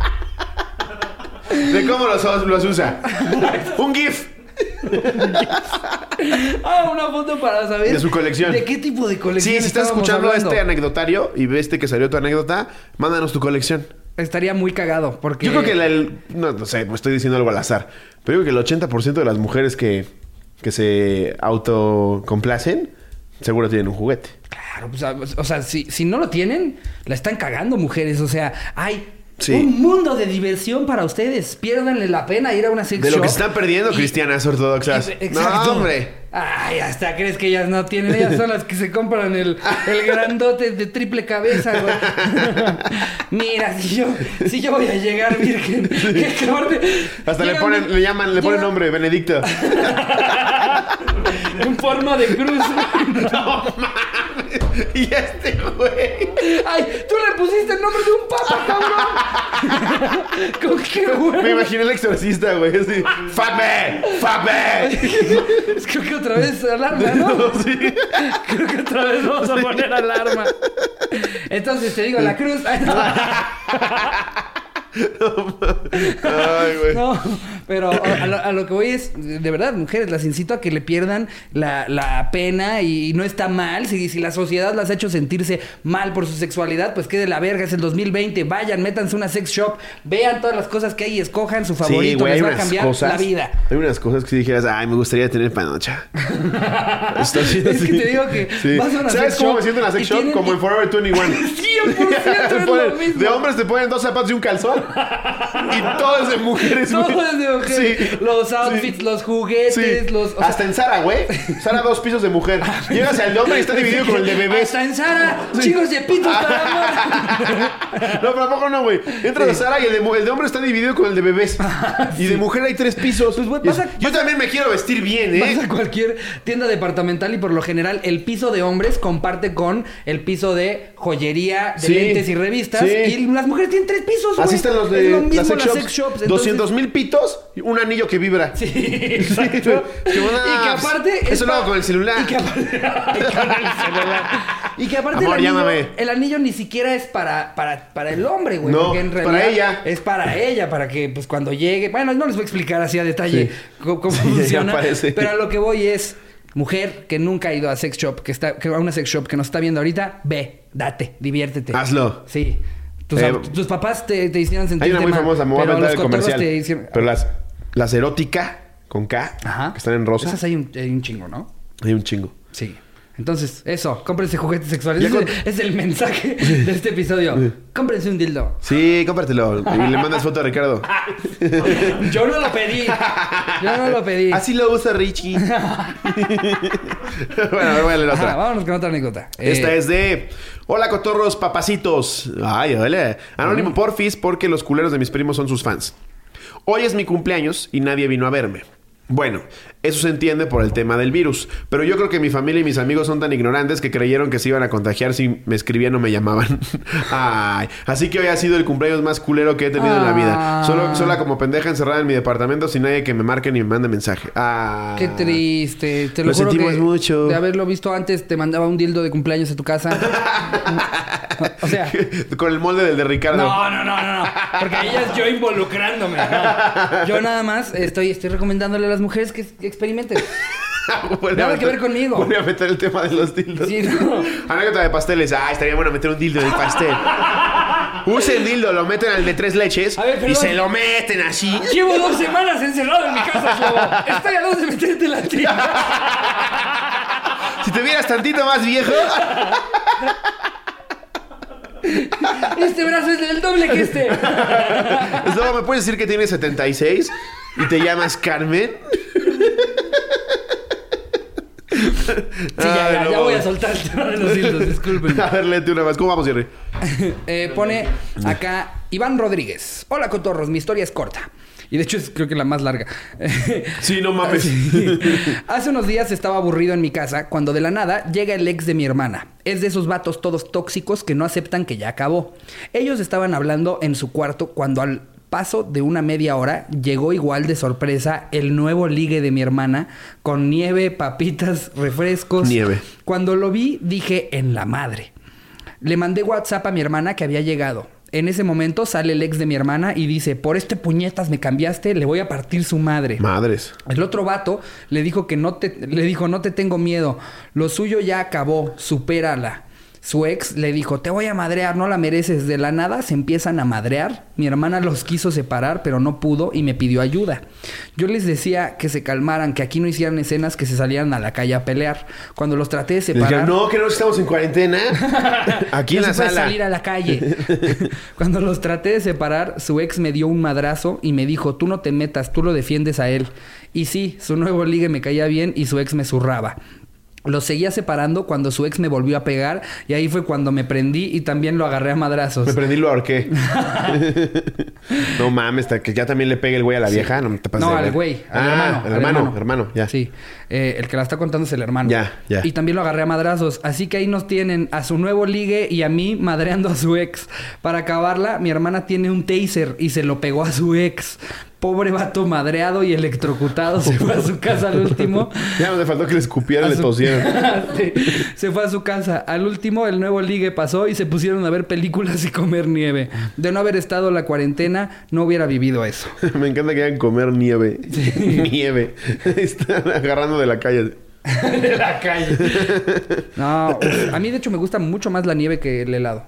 de cómo los, los usa. Un GIF. Ah, una foto para saber. De su colección. ¿De qué tipo de colección? Sí, si estás estábamos escuchando hablando? este anecdotario y ves que salió tu anécdota, mándanos tu colección. Estaría muy cagado. Porque. Yo creo que la- el... No, no sé, pues estoy diciendo algo al azar. Pero digo que el 80% de las mujeres que, que se autocomplacen seguro tienen un juguete. Claro, pues, a- o sea, si, si no lo tienen, la están cagando, mujeres. O sea, hay Sí. un mundo de diversión para ustedes. Piérdanle la pena ir a una sex De lo shop que están perdiendo y- cristianas ortodoxas. y- Exacto. No, hombre. Ay, hasta crees que ellas no tienen. Ellas son las que se compran el, el grandote de triple cabeza, güey. Mira, si yo, si yo voy a llegar virgen, qué cabrón. Hasta le Llegan ponen, de- le llaman, le ponen llegan nombre, Benedicto. En forma de cruz. y este güey. Ay, tú le pusiste el nombre de un papa, cabrón. ¿Con qué güey? Me imaginé el exorcista, güey. Así. ¡Fape! ¡Fape! Creo que otra vez alarma, ¿no? Sí. Creo que otra vez Pues vamos a poner alarma. Entonces te digo, la cruz. Ay, Ay, güey. no, no, pero a lo, a lo que voy es, de verdad, mujeres, las incito a que le pierdan la, la pena y no está mal. Si, si la sociedad las ha hecho sentirse mal por su sexualidad, pues qué de la verga, es el 2020. Vayan, métanse a una sex shop, vean todas las cosas que hay y escojan su favorito. les va a cambiar la vida. Hay unas cosas que si dijeras, ay, me gustaría tener panocha. Está chido, Es que sí. te digo que Sí. vas a una ¿Sabes sex cómo shop me siento en la sex y shop? tienen- Como en Forever 21. 100% Te es ponen- lo mismo. De hombres te ponen dos zapatos y un calzón. y todo es de mujeres. güey. Todo es de mujeres. Sí. Los Sí. outfits, los juguetes, Sí. los. o Ah, Hasta en Sara, güey. Sara, dos pisos de mujer. Llegas al de hombre y está dividido con el de bebés. Ah. Hasta en Sara, chicos de pitos para amor. No, pero tampoco no, güey. Entras a Sara y el de, mu- el de hombre está dividido con el de bebés. Y de mujer hay tres pisos. Pues, güey, Y es- pasa- Yo también me quiero vestir bien, ¿eh? Vas a cualquier tienda departamental y por lo general el piso de hombres comparte con el piso de joyería, de Sí. lentes y revistas. Sí. Y las mujeres tienen tres pisos. pues, güey. Así están los Es de lo mismo las sex shops. shops, entonces- 200 mil pitos y un anillo que vibra. Sí, exacto. Sí, Ah, pues, güey. y que aparte. Eso lo hago con el celular. Y que aparte. Ay, con el celular. Y que aparte Amor, el, anillo, llámame. el anillo ni siquiera es para, para, para el hombre, güey. No, porque en para realidad ella. Es para ella, para que pues cuando llegue. Bueno, no les voy a explicar así a detalle Sí. cómo, cómo Sí, ya funciona. parece. Pero a lo que voy es. Mujer que nunca ha ido a sex shop, que está, que va a una sex shop que nos está viendo ahorita, ve, date, diviértete. Hazlo. Sí. Tus, Eh, tus papás te, te hicieron sentir Hay una muy famosa, me voy a aventar el comercial. Te hicieron... Pero las, las erótica con K, Ajá. que están en rosa, Esas hay un, hay un chingo, ¿no? hay un chingo. Sí. Entonces, eso, cómprense juguetes sexuales. Ya Ese con- Es el mensaje de este episodio. Cómprense un dildo. Sí, cómpratelo. Y le mandas foto a Ricardo. Yo no lo pedí. Yo no lo pedí. Así lo usa Richie. bueno, a ver, voy a leer Ajá, otra. vámonos con otra anécdota. Eh, Esta es de. Hola, cotorros, papacitos. Ay, hola. Anónimo Porfis, porque los culeros de mis primos son sus fans. Hoy es mi cumpleaños y nadie vino a verme. Bueno, eso se entiende por el tema del virus, pero yo creo que mi familia y mis amigos son tan ignorantes que creyeron que se iban a contagiar si me escribían o me llamaban. Ay, así que hoy ha sido el cumpleaños más culero que he tenido en la Ah. vida. Solo, sola como pendeja encerrada en mi departamento sin nadie que me marque ni me mande mensaje. Ah, Qué triste. Te lo, Lo juro sentimos que mucho. De haberlo visto antes, te mandaba un dildo de cumpleaños a tu casa. o sea. Con el molde del de Ricardo. No, no, no, no, no. Porque ahí ya es yo involucrándome. no. Yo nada más estoy, estoy recomendándole a las mujeres que experimenten. Vuelve Nada a que ver conmigo. Vuelve a meter el tema de los dildos. Sí, no. Anécdota de pasteles. Ah, estaría bueno meter un dildo en el pastel. Usen dildo, lo meten al de tres leches A ver, y perdón. se lo meten así. Llevo dos semanas encerrado en mi casa, Slobo. Estoy a dos de meterte en la tienda. Si te vieras tantito más viejo, Este brazo es el doble que este. pues, luego me puedes decir que tienes 76 y te llamas Carmen. Sí, ya, Ay, ya, Ah, no. ya voy a soltar el tema de los dildos, disculpen. A ver, léete una más. ¿Cómo vamos, Jerry? Eh, pone acá Iván Rodríguez. Hola, cotorros, mi historia es corta. Y de hecho es creo que la más larga. Sí, no mames. Sí. Hace unos días estaba aburrido en mi casa cuando de la nada llega el ex de mi hermana. Es de esos vatos todos tóxicos que no aceptan que ya acabó. Ellos estaban hablando en su cuarto cuando al paso de una media hora llegó igual de sorpresa el nuevo ligue de mi hermana con nieve, papitas, refrescos. Nieve. Cuando lo vi dije en la madre. Le mandé WhatsApp a mi hermana que había llegado. En ese momento sale el ex de mi hermana y dice, por este puñetas me cambiaste, le voy a partir su madre. Madres. El otro vato le dijo que no te le dijo, "No te tengo miedo. Lo suyo ya acabó, supérala." Su ex le dijo, "Te voy a madrear, no la mereces." De la nada se empiezan a madrear. Mi hermana los quiso separar, pero no pudo y me pidió ayuda. Yo les decía que se calmaran, que aquí no hicieran escenas, que se salieran a la calle a pelear. Cuando los traté de Les dijeron, separar, no, que no estamos en cuarentena. Aquí en no la se puede sala. salir a la calle. Cuando los traté de separar, su ex me dio un madrazo y me dijo, tú no te metas, tú lo defiendes a él. Y sí, su nuevo ligue me caía bien y su ex me zurraba. Los seguía separando cuando su ex me volvió a pegar y ahí fue cuando me prendí y también lo agarré a madrazos. Me prendí y lo ahorqué. no mames, hasta que ya también le pegue el güey a la vieja. No, te pases No, de al ver. güey, al Ah, hermano. al hermano, hermano, ya. Sí. Eh, el que la está contando es el hermano. Ya, ya. Y también lo agarré a madrazos. Así que ahí nos tienen a su nuevo ligue y a mí madreando a su ex. Para acabarla, mi hermana tiene un taser y se lo pegó a su ex. Pobre vato madreado y electrocutado. Se fue a su casa al último. Ya me faltó que le escupiera y A le su- tosieran. Sí. Se fue a su casa. Al último, el nuevo ligue pasó y se pusieron a ver películas y comer nieve. De no haber estado la cuarentena, no hubiera vivido eso. me encanta que hagan comer nieve. nieve. Están agarrando de la calle. de la calle. No, uf, a mí de hecho me gusta mucho más la nieve que el helado.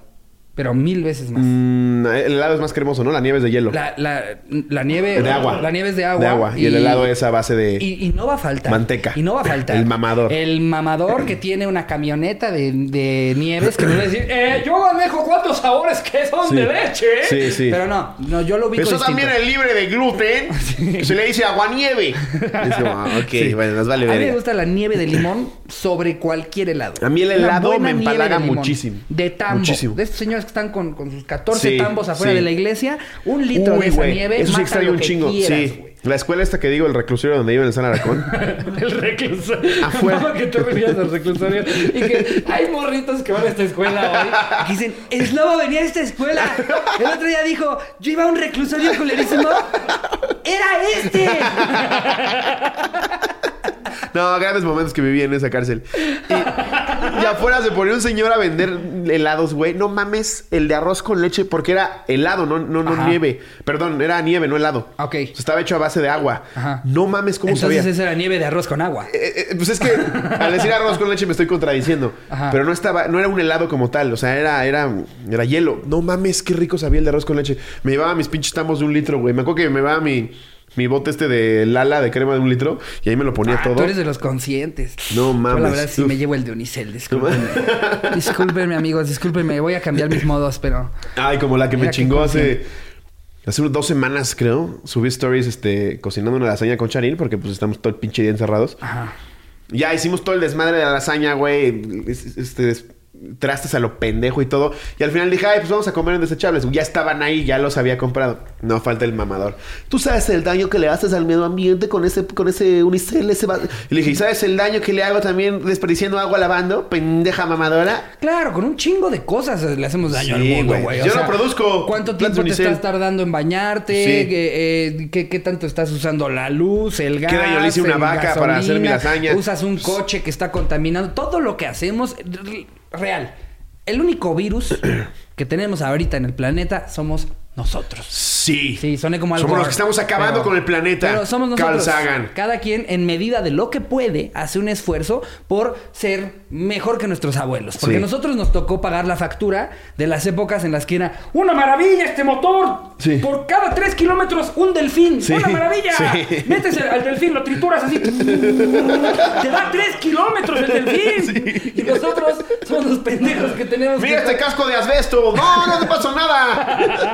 Pero mil veces más. Mm, el helado es más cremoso, ¿no? La nieve es de hielo. La, la- la nieve. De agua. La nieve es de agua. De agua. Y, el helado es a base de... Y, y no va a faltar. Manteca. Y no va a faltar. El mamador. El mamador que tiene una camioneta de, de nieves que me va a decir. Eh, yo manejo cuatro sabores que son Sí. de leche. ¿eh? Sí, sí. Pero no, no, yo lo vi Eso también es libre de gluten. Se le dice aguanieve. Es como, ah, ok, bueno, nos vale A mí me ver. gusta la nieve de limón sobre cualquier helado. A mí el Una helado buena me nieve empalaga de limón. muchísimo. De tambo. Muchísimo. De estos señores que están con, con sus 14 Sí, tambos afuera sí. de la iglesia. Un litro de esa nieve. Eso sí mata extraño lo un que chingo. quieras, sí. güey. La escuela esta que digo, el reclusorio donde iba en el San Aracón. El reclusorio. Afuera. No, que te refieres al reclusorio. Y que hay morritos que van a esta escuela Que dicen, el Slobo venía a esta escuela. El otro día dijo, yo iba a un reclusorio culerísimo. ¡Era este! no, grandes momentos que viví en esa cárcel. Y, y afuera se ponía un señor a vender helados, güey. No mames, el de arroz con leche, porque era helado, no, no, no Ajá. nieve. Perdón, era nieve, no helado. Ah, ok. O sea, estaba hecho a base de agua. Ajá. No mames, Pues, ¿cómo Entonces sabía? esa era nieve de arroz con agua. Eh, eh, pues es que al decir arroz con leche me estoy contradiciendo. Ajá. Pero no estaba, no era un helado como tal, o sea, era, era, era hielo. No mames, qué rico sabía el de arroz con leche. Me llevaba mis pinches tambos de un litro, güey. Me acuerdo que me llevaba mi, mi bote este de lala de crema de un litro y ahí me lo ponía Ah, todo. Tú eres de los conscientes. No mames. Yo la verdad sí Uf. me llevo el de Unicel, discúlpenme. discúlpenme, amigos, discúlpenme. Voy a cambiar mis modos, pero... Ay, como la que Mira me qué chingó hace. Hace unas dos semanas, creo, subí stories este, cocinando una lasaña con Charil, porque pues estamos todo el pinche día encerrados. Ajá. Ya hicimos todo el desmadre de la lasaña, güey. Es- Este, es- trastes a lo pendejo y todo. Y al final dije, ay, pues vamos a comer en desechables. Ya estaban ahí, ya los había comprado. No falta el mamador. Tú sabes el daño que le haces al medio ambiente con ese, con ese unicel, ese va-?" Y le dije, "¿Y ¿sabes el daño que le hago también desperdiciando agua lavando? Pendeja mamadora. Claro, con un chingo de cosas le hacemos daño Sí, al mundo, güey. güey. O Yo no produzco ¿Cuánto plantas tiempo te Unicel? estás tardando en bañarte? Sí. ¿Qué, eh, qué- qué tanto estás usando la luz, el gas? daño le hice a una el vaca para hacer mi lasaña? Pues Usas un coche que está contaminando. Todo lo que hacemos, re- real. El único virus que tenemos ahorita en el planeta somos nosotros. Sí. Sí, suene como algo. Somos los que estamos acabando pero- con el planeta. Pero somos nosotros. Carl Sagan. Cada quien, en medida de lo que puede, hace un esfuerzo por ser mejor que nuestros abuelos. Porque Sí. nosotros nos tocó pagar la factura de las épocas en las que era. hoy. ¡Una maravilla este motor! Sí. Por cada tres kilómetros, un delfín. Sí. ¡Una maravilla! Sí. Metes el- al delfín, lo trituras así. ¡Te da tres kilómetros el delfín! Y nosotros somos los pendejos que tenemos. Mira que- este casco de asbesto. No, no te pasó nada.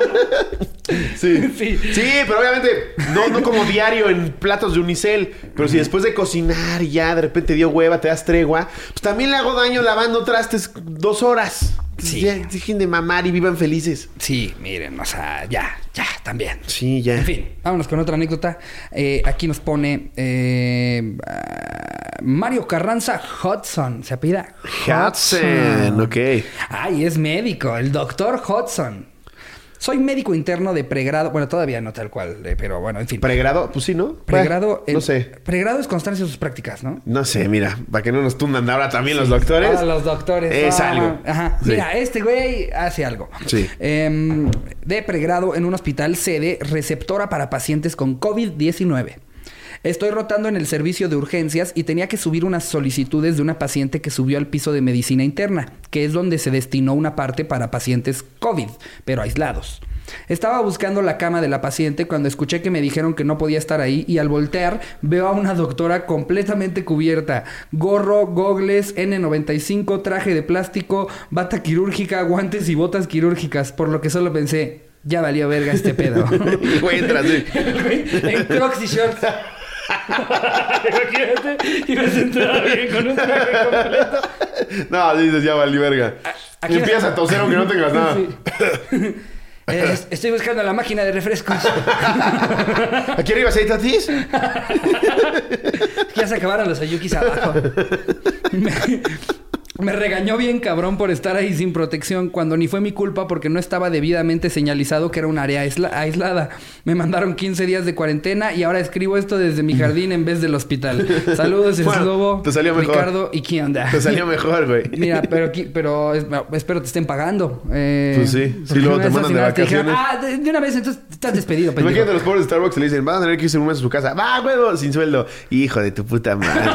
Sí. sí. pero obviamente no, no como diario en platos de unicel. Pero si después de cocinar ya de repente dio hueva, te das tregua, pues también le hago daño lavando trastes dos horas. Entonces, Sí. Ya dejen de mamar y vivan felices. Sí, miren, o sea, ya, ya, también. Sí, ya. En fin, vámonos con otra anécdota. Eh, aquí nos pone eh, ah, Mario Carranza Hudson. Se apellida Hudson, ok. Ay, es médico, el doctor Hudson. Soy médico interno de pregrado. Bueno, todavía no tal cual, eh, pero bueno, en fin. ¿Pregrado? Pues sí, ¿no? pregrado. Bueno, en- no sé. Pregrado es constancia de sus prácticas, ¿no? No sé, mira, para que no nos tundan ahora también los doctores. Ah, los doctores. Es ah, algo. Ajá. Sí. Mira, este güey hace algo. Sí. Em, de pregrado en un hospital sede receptora para pacientes con COVID-19. Estoy rotando en el servicio de urgencias y tenía que subir unas solicitudes de una paciente que subió al piso de medicina interna, que es donde se destinó una parte para pacientes COVID, pero aislados. Estaba buscando la cama de la paciente cuando escuché que me dijeron que no podía estar ahí y al voltear veo a una doctora completamente cubierta. Gorro, gogles, N95, traje de plástico, bata quirúrgica, guantes y botas quirúrgicas, por lo que solo pensé, ya valió verga este pedo. Y güey, entra así. El güey en crocs y shorts. Imagínate, ibas a entrar bien con un traje completo. No, dices, ya vale, verga. aquí- Empiezas a toser aunque no tengas nada. Sí. Eh, es- estoy buscando la máquina de refrescos. ¿Aquí arriba se hay tatis? Ya se acabaron los ayukis abajo. Me, me regañó bien cabrón por estar ahí sin protección cuando ni fue mi culpa porque no estaba debidamente señalizado que era un área aisla- aislada. Me mandaron 15 días de cuarentena y ahora escribo esto desde mi jardín en vez del hospital. Saludos, Bueno, Slobo, te salió mejor. Ricardo y quién onda. Te salió mejor, güey. Mira, pero, aquí- pero es- espero te estén pagando. Eh, Pues sí, sí, porque luego una te vez mandan de así me dijeron, ah, vacaciones. de, de una vez, entonces estás despedido, pendejo". Imagínate a los pobres de Starbucks y le dicen, van a tener que irse un mes a su casa. ¡Va, huevo! Sin sueldo. Hijo de tu puta madre.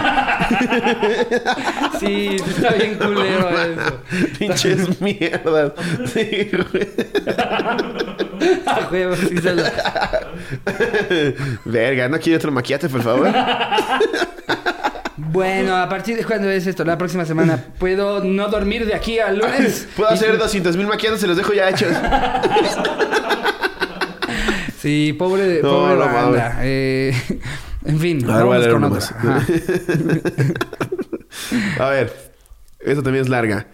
Sí, está bien culero eso. Pinches mierdas. Sí, güey. Ah, huevo, sí, se lo- Verga, ¿no quiere otro maquillaje, por favor? Bueno, a partir de cuándo es esto, la próxima semana, ¿puedo no dormir de aquí al lunes? Puedo hacer 200 mil maquillajes, se los dejo ya hechos. Sí, pobre, No, pobre no Ah, banda. Eh, en fin, A ver, voy vamos a leer con uno otra. más. Ajá. a ver, esta también es larga.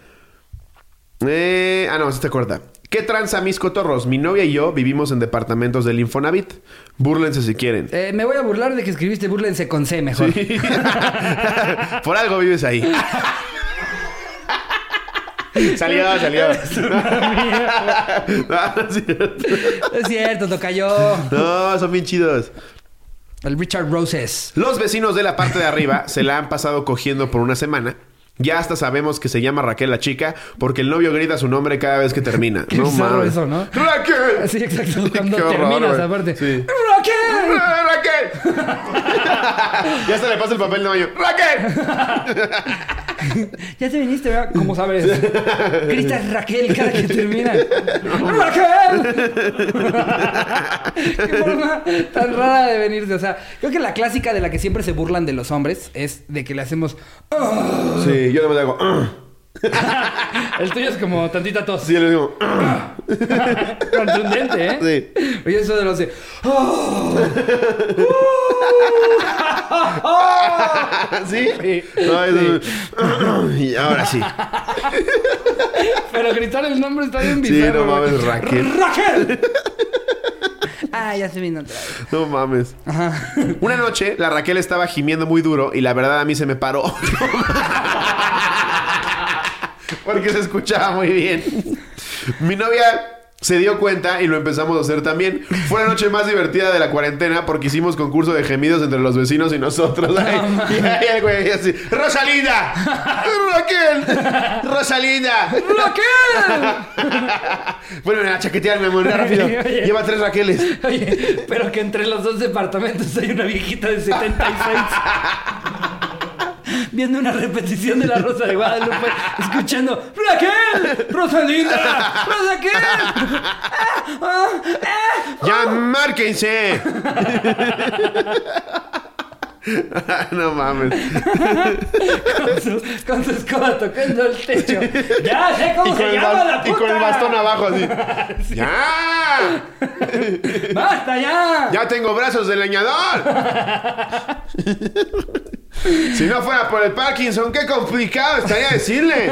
Eh, ah, no, esta está corta. ¿Qué tranza, mis cotorros? Mi novia y yo vivimos en departamentos del Infonavit. Búrlense si quieren. Eh, me voy a burlar de que escribiste Búrlense con C mejor. Por algo vives ahí. salió, salió. no, no es cierto. Es cierto, tocayo. No, son bien chidos. El Richard Roses. Los vecinos de la parte de arriba se la han pasado cogiendo por una semana. Ya hasta sabemos que se llama Raquel la chica porque el novio grita su nombre cada vez que termina. Qué bizarro eso, ¿no? ¡Raquel! Sí, exacto. Cuando Qué horror, terminas, güey. aparte. Sí. ¡Rocket! ¡Ah, ¡Raquel! ya se le pasa el papel de baño. ¡Raquel! Ya te viniste, ¿verdad? ¿Cómo sabes? Grita Raquel cada que termina. ¡Raquel! Qué forma tan rara de venirse. O sea, creo que la clásica de la que siempre se burlan de los hombres es de que le hacemos. "Ah". Sí, yo le hago. "Ah". El tuyo es como tantita tos. Sí, yo le digo. "Ah". Contundente, ¿eh? Sí. Oye, eso de los de. "Ah". ¡Oh! ¿Sí? No, eso- "Ah". Y ahora sí. Pero gritar el nombre está bien Sí, bizarro. no güey. mames, Raquel. ¡Raquel! Ah, ya se vino otra vez. No mames. Ajá. Una noche, la Raquel estaba gimiendo muy duro y la verdad a mí se me paró. Porque se escuchaba muy bien. Mi novia se dio cuenta y lo empezamos a hacer también. Fue la noche más divertida de la cuarentena porque hicimos concurso de gemidos entre los vecinos y nosotros. Ay, y ahí el güey así, ¡Rosalinda! ¡Raquel! ¡Rosalinda! ¡Raquel! Bueno, a chaquetearme, amor, rápido. Oye. Lleva tres Raqueles. Oye, pero que entre los dos departamentos hay una viejita de 76 viendo una repetición de La Rosa de Guadalupe, escuchando ¡Raquel! ¡Rosalinda! Ah, ¡Rosaquel! ¡Ya márquense! no mames. Con su, con su escoba tocando el techo. ¡Ya sé Y cómo con, se el llama bas- la puta! y con el bastón abajo así. ¡Ya! ¡Basta ya! ¡Ya tengo brazos de leñador! si no fuera por el Parkinson, qué complicado estaría decirle.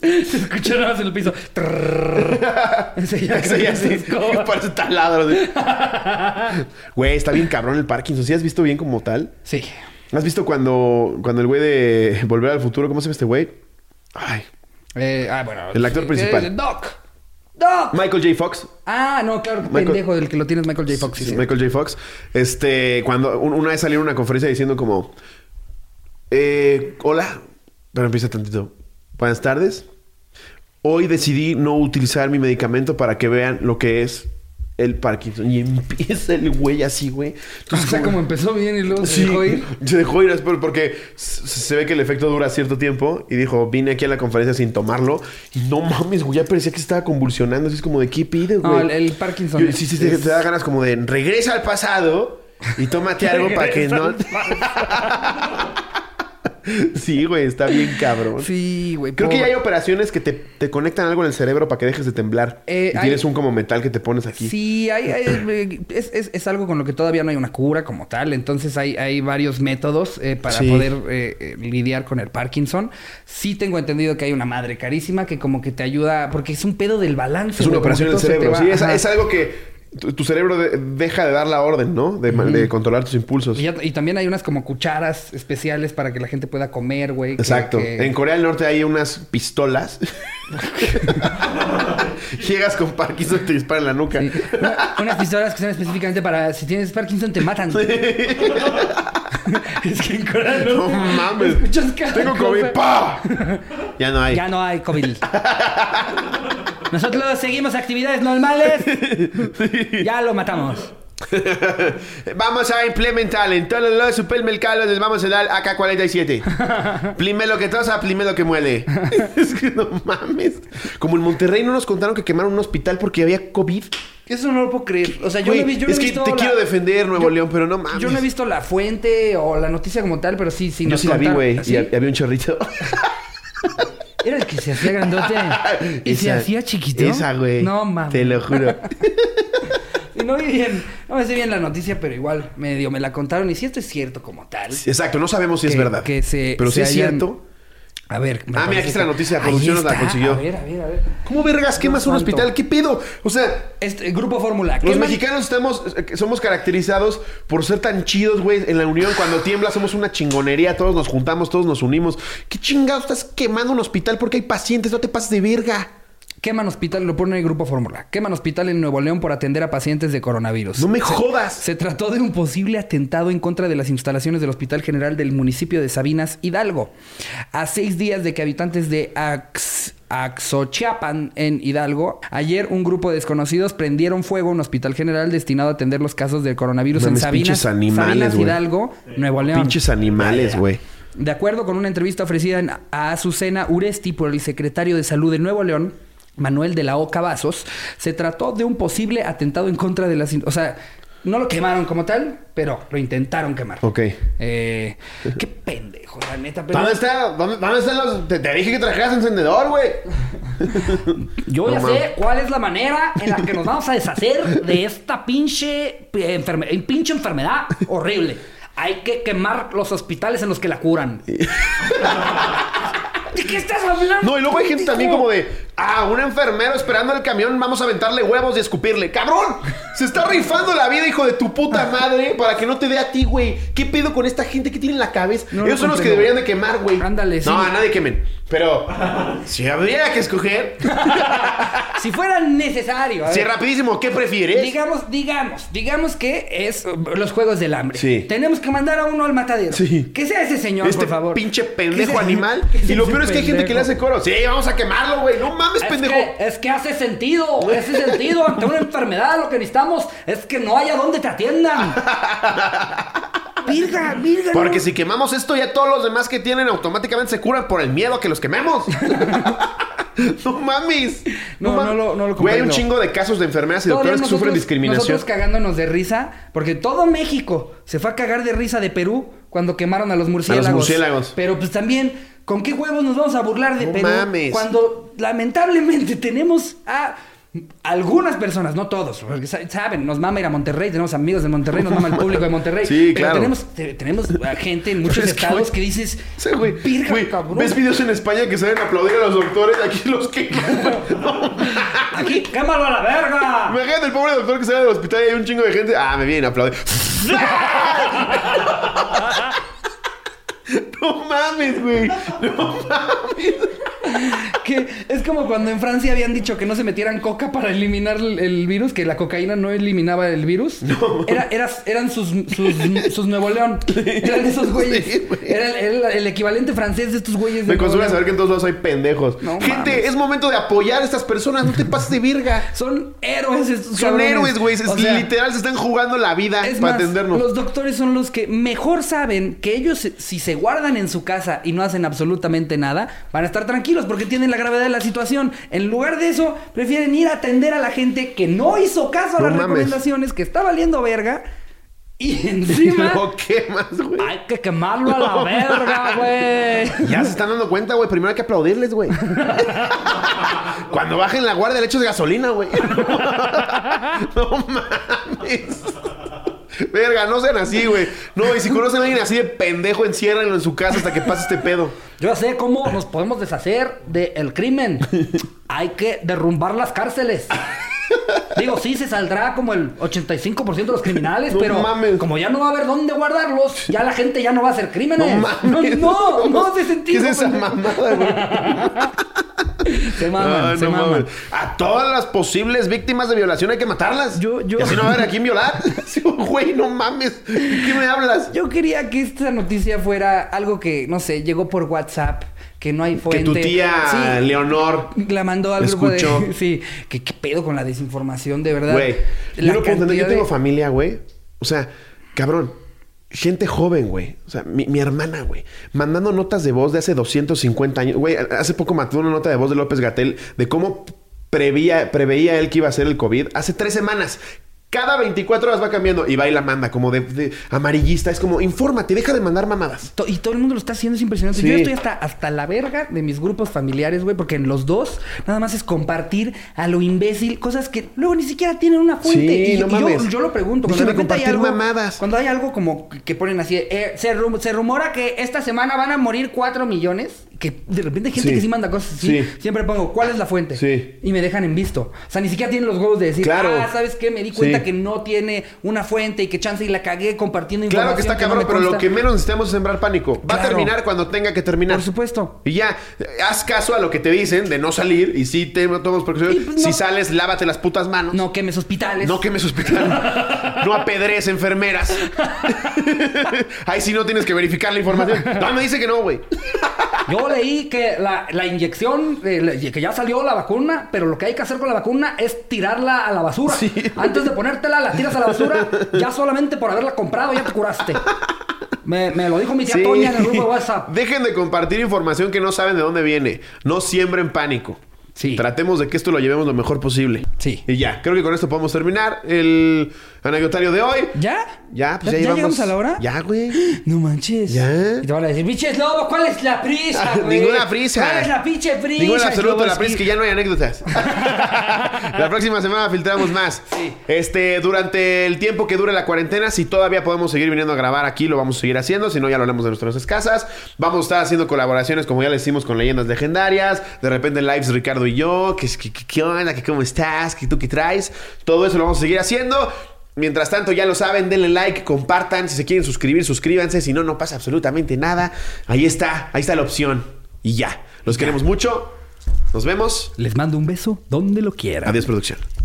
Se escuchó nada más en el piso. Trrrr. Ese ya Eso ya con su sí. escoba. Parece taladro. así. Güey, está bien cabrón el Parkinson. ¿Sí has visto bien como tal? Sí. ¿Has visto cuando, cuando el güey de Volver al Futuro, ¿cómo se llama este güey? Ay, Eh, ah, bueno. El actor eh, principal. eh, Doc. ¡No! Michael J. Fox. Ah, no, claro, qué Michael- pendejo, el que lo tiene es Michael J. Fox. sí, Sí, sí. Michael J. Fox. Este, cuando un- una vez salió en una conferencia diciendo como, eh, hola, pero empieza tantito. Buenas tardes. Hoy decidí no utilizar mi medicamento para que vean lo que es el Parkinson. Y empieza el güey así, güey. O Entonces, sea, como empezó bien y luego se dejó ir. se dejó ir, es por- porque se se ve que el efecto dura cierto tiempo y dijo, vine aquí a la conferencia sin tomarlo y no mames, güey, ya parecía que estaba convulsionando, así es como de, ¿qué pides, No, güey? el- el Parkinson Yo- es- sí, sí, te- es- te da ganas como de, regresa al pasado y tómate algo para que no... sí, güey, está bien cabrón. Sí, güey. Creo que ya pobre. hay operaciones que te, te conectan algo en el cerebro para que dejes de temblar. Eh, y hay- tienes un como metal que te pones aquí. Sí, hay, hay- eh, es, es- es algo con lo que todavía no hay una cura como tal. Entonces hay, hay varios métodos eh, para Sí. poder eh, eh, lidiar con el Parkinson. Sí tengo entendido que hay una madre carísima que como que te ayuda, porque es un pedo del balance. Es una güey, como operación que del todo se te cerebro. va, Sí, es, ajá. es algo que tu, tu cerebro de- deja de dar la orden, ¿no? De, ma- de controlar tus impulsos. Y, ya- y también hay unas como cucharas especiales para que la gente pueda comer, güey. que- Exacto. que- En Corea del Norte hay unas pistolas. Llegas con Parkinson y te disparan en la nuca. Sí. Una- unas pistolas que son específicamente para si tienes Parkinson te matan. es que en Corea del No Norte mames. escuchas cada Tengo cosa. COVID. ¡Pa! Ya no hay. Ya no hay COVID. Nosotros seguimos actividades normales. Ya lo matamos. Vamos a implementar en todos los supermercados les vamos a dar AK-47. primero que tosa, primero que muele. es que no mames. Como en Monterrey no nos contaron que quemaron un hospital porque había COVID. Eso no lo puedo creer. O sea, yo Güey, no he vi- yo no es he que visto te la- quiero defender, Nuevo yo- León, pero no mames. Yo no he visto la fuente o la noticia como tal, pero sí, sí. Yo nos sí la vi, contaron. ¿Ah, güey. ¿Sí? Y hab- había un chorrito. Era el que se hacía grandote y se Esa- hacía chiquito. Esa, güey. No mames. Te lo juro. Y no vi bien, no me sé bien la noticia, pero igual medio me la contaron. Y si esto es cierto como tal. Exacto, no sabemos si es Que- verdad. que se- pero si se es hayan- cierto. A ver. me Ah, mira, parece aquí está que- la noticia, Ahí producción nos la está. consiguió. A ver, a ver, a ver. ¿Cómo vergas quemas Dios un santo. hospital? ¿Qué pedo? O sea, Este, grupo Fórmula. ¿qué Los man- mexicanos estamos, eh, somos caracterizados por ser tan chidos, güey. En la unión, cuando tiembla, somos una chingonería. Todos nos juntamos, todos nos unimos. ¿Qué chingados estás quemando un hospital porque hay pacientes? No te pases de verga. Queman hospital, lo pone el grupo Fórmula. Queman hospital en Nuevo León por atender a pacientes de coronavirus. No me jodas. Se trató de un posible atentado en contra de las instalaciones del Hospital General del municipio de Sabinas, Hidalgo. A seis días de que habitantes de Ax- Axochiapan, en Hidalgo, ayer un grupo de desconocidos prendieron fuego a un hospital general destinado a atender los casos del coronavirus Mames, en Sabinas, pinches animales, Sabinas, güey. Hidalgo, Nuevo León. Pinches animales, güey. De acuerdo con una entrevista ofrecida en- a Azucena Uresti por el secretario de Salud de Nuevo León, Manuel de la O. Cavazos, se trató de un posible atentado en contra de las... in- O sea, no lo quemaron como tal, pero lo intentaron quemar. Ok. Eh, qué pendejo, la neta. Pero ¿Dónde está? ¿Dónde, dónde están los.? Te, te dije que trajeras encendedor, güey. yo No ya mames. sé cuál es la manera en la que nos vamos a deshacer de esta pinche, eh, enferme- eh, pinche enfermedad horrible. Hay que quemar los hospitales en los que la curan. ¿De qué estás hablando? No, y luego hay gente pendejo? también como de. Ah, un enfermero esperando el camión, vamos a aventarle huevos y escupirle. ¡Cabrón! Se está rifando la vida, hijo de tu puta madre, para que no te dé a ti, güey. ¿Qué pedo con esta gente que tiene en la cabeza? No lo Ellos son los que comprendo. deberían de quemar, güey. Ándale, sí. No, a nadie quemen. Pero, si habría que escoger. Si fuera necesario. a si ver, rapidísimo, ¿qué prefieres? digamos, digamos, digamos que es uh, los juegos del hambre. Sí. Tenemos que mandar a uno al matadero. Sí. Que sea ese señor, este por favor. pinche Que pendejo sea- animal. que Y sea lo ese peor es que hay gente que le hace pendejo. coro. Sí, vamos a quemarlo, güey. No mames, Es pendejo. que, es que hace sentido, hace sentido. Ante una enfermedad lo que necesitamos es que no haya donde te atiendan. Virga, virga. no. Porque si quemamos esto, ya todos los demás que tienen automáticamente se curan por el miedo a que los quememos. no mames. No, ma- no lo- no lo Güey, hay un comprendo. chingo de casos de enfermeras y Todavía doctores que sufren discriminación. Nosotros cagándonos de risa, porque todo México se fue a cagar de risa de Perú cuando quemaron a los murciélagos. murciélagos. Pero pues también, ¿con qué huevos nos vamos a burlar de No Perú? mames. Cuando lamentablemente tenemos a algunas personas, no todos, porque sa- saben, nos mama ir a Monterrey, tenemos amigos de Monterrey, nos mama el público de Monterrey. Sí, pero claro. Tenemos, te- tenemos a gente en muchos Es que, estados güey, que dices, Sí, güey. "Virga, Güey, cabrón". ¿Ves videos en España que salen a aplaudir a los doctores? Aquí los que queman. No Aquí, quémalo a la verga. Imagínate el pobre doctor que sale del hospital y hay un chingo de gente. Ah, me vienen a aplaudir. no mames, güey. No mames. que es como cuando en Francia habían dicho que no se metieran coca para eliminar el, el virus, que la cocaína no eliminaba el virus. Era, era- eran sus, sus, sus Nuevo León. Eran esos güeyes. Sí, güey. Era el, el- el equivalente francés de estos güeyes. de Me Nuevo consuela León. saber que en todos lados hay pendejos. No Gente, mames. es momento de apoyar a estas personas. No te pases de verga. Son héroes estos Son cabrones. héroes, güey. Es- O sea, literal, se están jugando la vida Es para más, atendernos. los doctores son los que mejor saben que ellos, se- si se guardan en su casa y no hacen absolutamente nada, van a estar tranquilos porque tienen la gravedad de la situación. En lugar de eso, prefieren ir a atender a la gente que no hizo caso a No las mames. recomendaciones, que está valiendo verga. Y encima... Lo quemas, güey. Hay que quemarlo a la verga, güey. Ya se están dando cuenta, güey. Primero hay que aplaudirles, güey. Cuando bajen la guardia, le echas gasolina, güey. no mames. Verga, no sean así, güey. No, y si conocen a alguien así de pendejo, enciérrenlo en su casa hasta que pase este pedo. Yo sé cómo nos podemos deshacer del crimen. Hay que derrumbar las cárceles. Digo, sí, se saldrá como el 85% de los criminales, No pero mames. como ya no va a haber dónde guardarlos, ya la gente ya no va a hacer No crímenes. mames. no, no, no hace sentido. ¿Qué es esa pendejo. mamada, güey? Se maman, Ay, se no maman. mames. A todas las posibles víctimas de violación hay que matarlas. Yo- yo- Y así no va a haber a quién violar. Sí, Güey, no mames. ¿De qué me hablas? Yo quería que esta noticia fuera algo que, no sé, llegó por WhatsApp, que no hay fuente. Que tu tía Sí, Leonor La mandó al Escuchó. grupo de. Sí. ¿Qué, ¿Qué pedo con la desinformación, de verdad? Güey, yo La no puedo entender. Yo cantidad de- tengo familia, güey. O sea, cabrón. Gente joven, güey. O sea, mi, mi hermana, güey. Mandando notas de voz de hace 250 años. Güey, hace poco mató una nota de voz de López Gatel de cómo prevía- preveía él que iba a ser el COVID hace tres semanas. Cada 24 horas va cambiando y va y la manda como de, de amarillista. Es como, infórmate, deja de mandar mamadas. To- Y todo el mundo lo está haciendo, es impresionante. Sí. Yo ya estoy hasta, hasta la verga de mis grupos familiares, güey, porque en los dos nada más es compartir a lo imbécil cosas que luego ni siquiera tienen una fuente. Sí, y no y yo- mames. yo, lo pregunto. Dejen de repente hay compartir algo- mamadas. Cuando hay algo como que ponen así, eh, se, rum- se rumora que esta semana van a morir 4 millones. Que de repente hay gente Sí. que sí manda cosas así. Sí. Siempre pongo, ¿cuál es la fuente? Sí. Y me dejan en visto. O sea, ni siquiera tienen los huevos de decir, Claro. ah, ¿sabes qué? Me di cuenta Sí. que no tiene una fuente y que chance y la cagué compartiendo Claro información. que está no cabrón, me pero lo consta". que menos necesitamos es sembrar pánico. Va a Claro. terminar cuando tenga que terminar. Por supuesto. Y ya, eh, haz caso a lo que te dicen de no salir y sí te tomas precauciones. Y, pues, si no. sales, lávate las putas manos. No pues. quemes hospitales. No quemes hospital. no apedrees enfermeras. Ahí sí no tienes que verificar la información. No, me dice que no, güey. Yo leí que la, la inyección, eh, la- que ya salió la vacuna, pero lo que hay que hacer con la vacuna es tirarla a la basura. Antes de ponértela, la tiras a la basura. Ya solamente por haberla comprado ya te curaste. Me, me lo dijo mi tía Sí. Toña en el grupo de WhatsApp. Dejen de compartir información que no saben de dónde viene. No siembren pánico. Sí. Tratemos de que esto lo llevemos lo mejor posible. Sí. Y ya, creo que con esto podemos terminar el anecdotario de hoy. ¿Ya? Ya, pues ya, llevamos. llegamos a la hora? Ya, güey. No manches. Ya. Ah, Y te van a decir, biches lobos, ¿cuál es la prisa? güey? Ninguna prisa. ¿Cuál es la pinche prisa? Ningún absoluto la Sloboski?" prisa es que ya no hay anécdotas. la próxima semana filtramos más. Sí. Este, durante el tiempo que dure la cuarentena, si todavía podemos seguir viniendo a grabar aquí, lo vamos a seguir haciendo. Si no, ya lo hablamos de nuestras casas. Vamos a estar haciendo colaboraciones, como ya les hicimos, con leyendas legendarias. De repente, lives Ricardo y yo. Que, que, que- ¿Qué onda? ¿Qué, ¿Cómo estás? ¿Qué tú qué traes? Todo eso lo vamos a seguir haciendo. Mientras tanto, ya lo saben, denle like, compartan. Si se quieren suscribir, suscríbanse. Si no, no pasa absolutamente nada. Ahí está, ahí está la opción. Y ya. Los queremos mucho. Nos vemos. Les mando un beso donde lo quieran. Adiós, producción.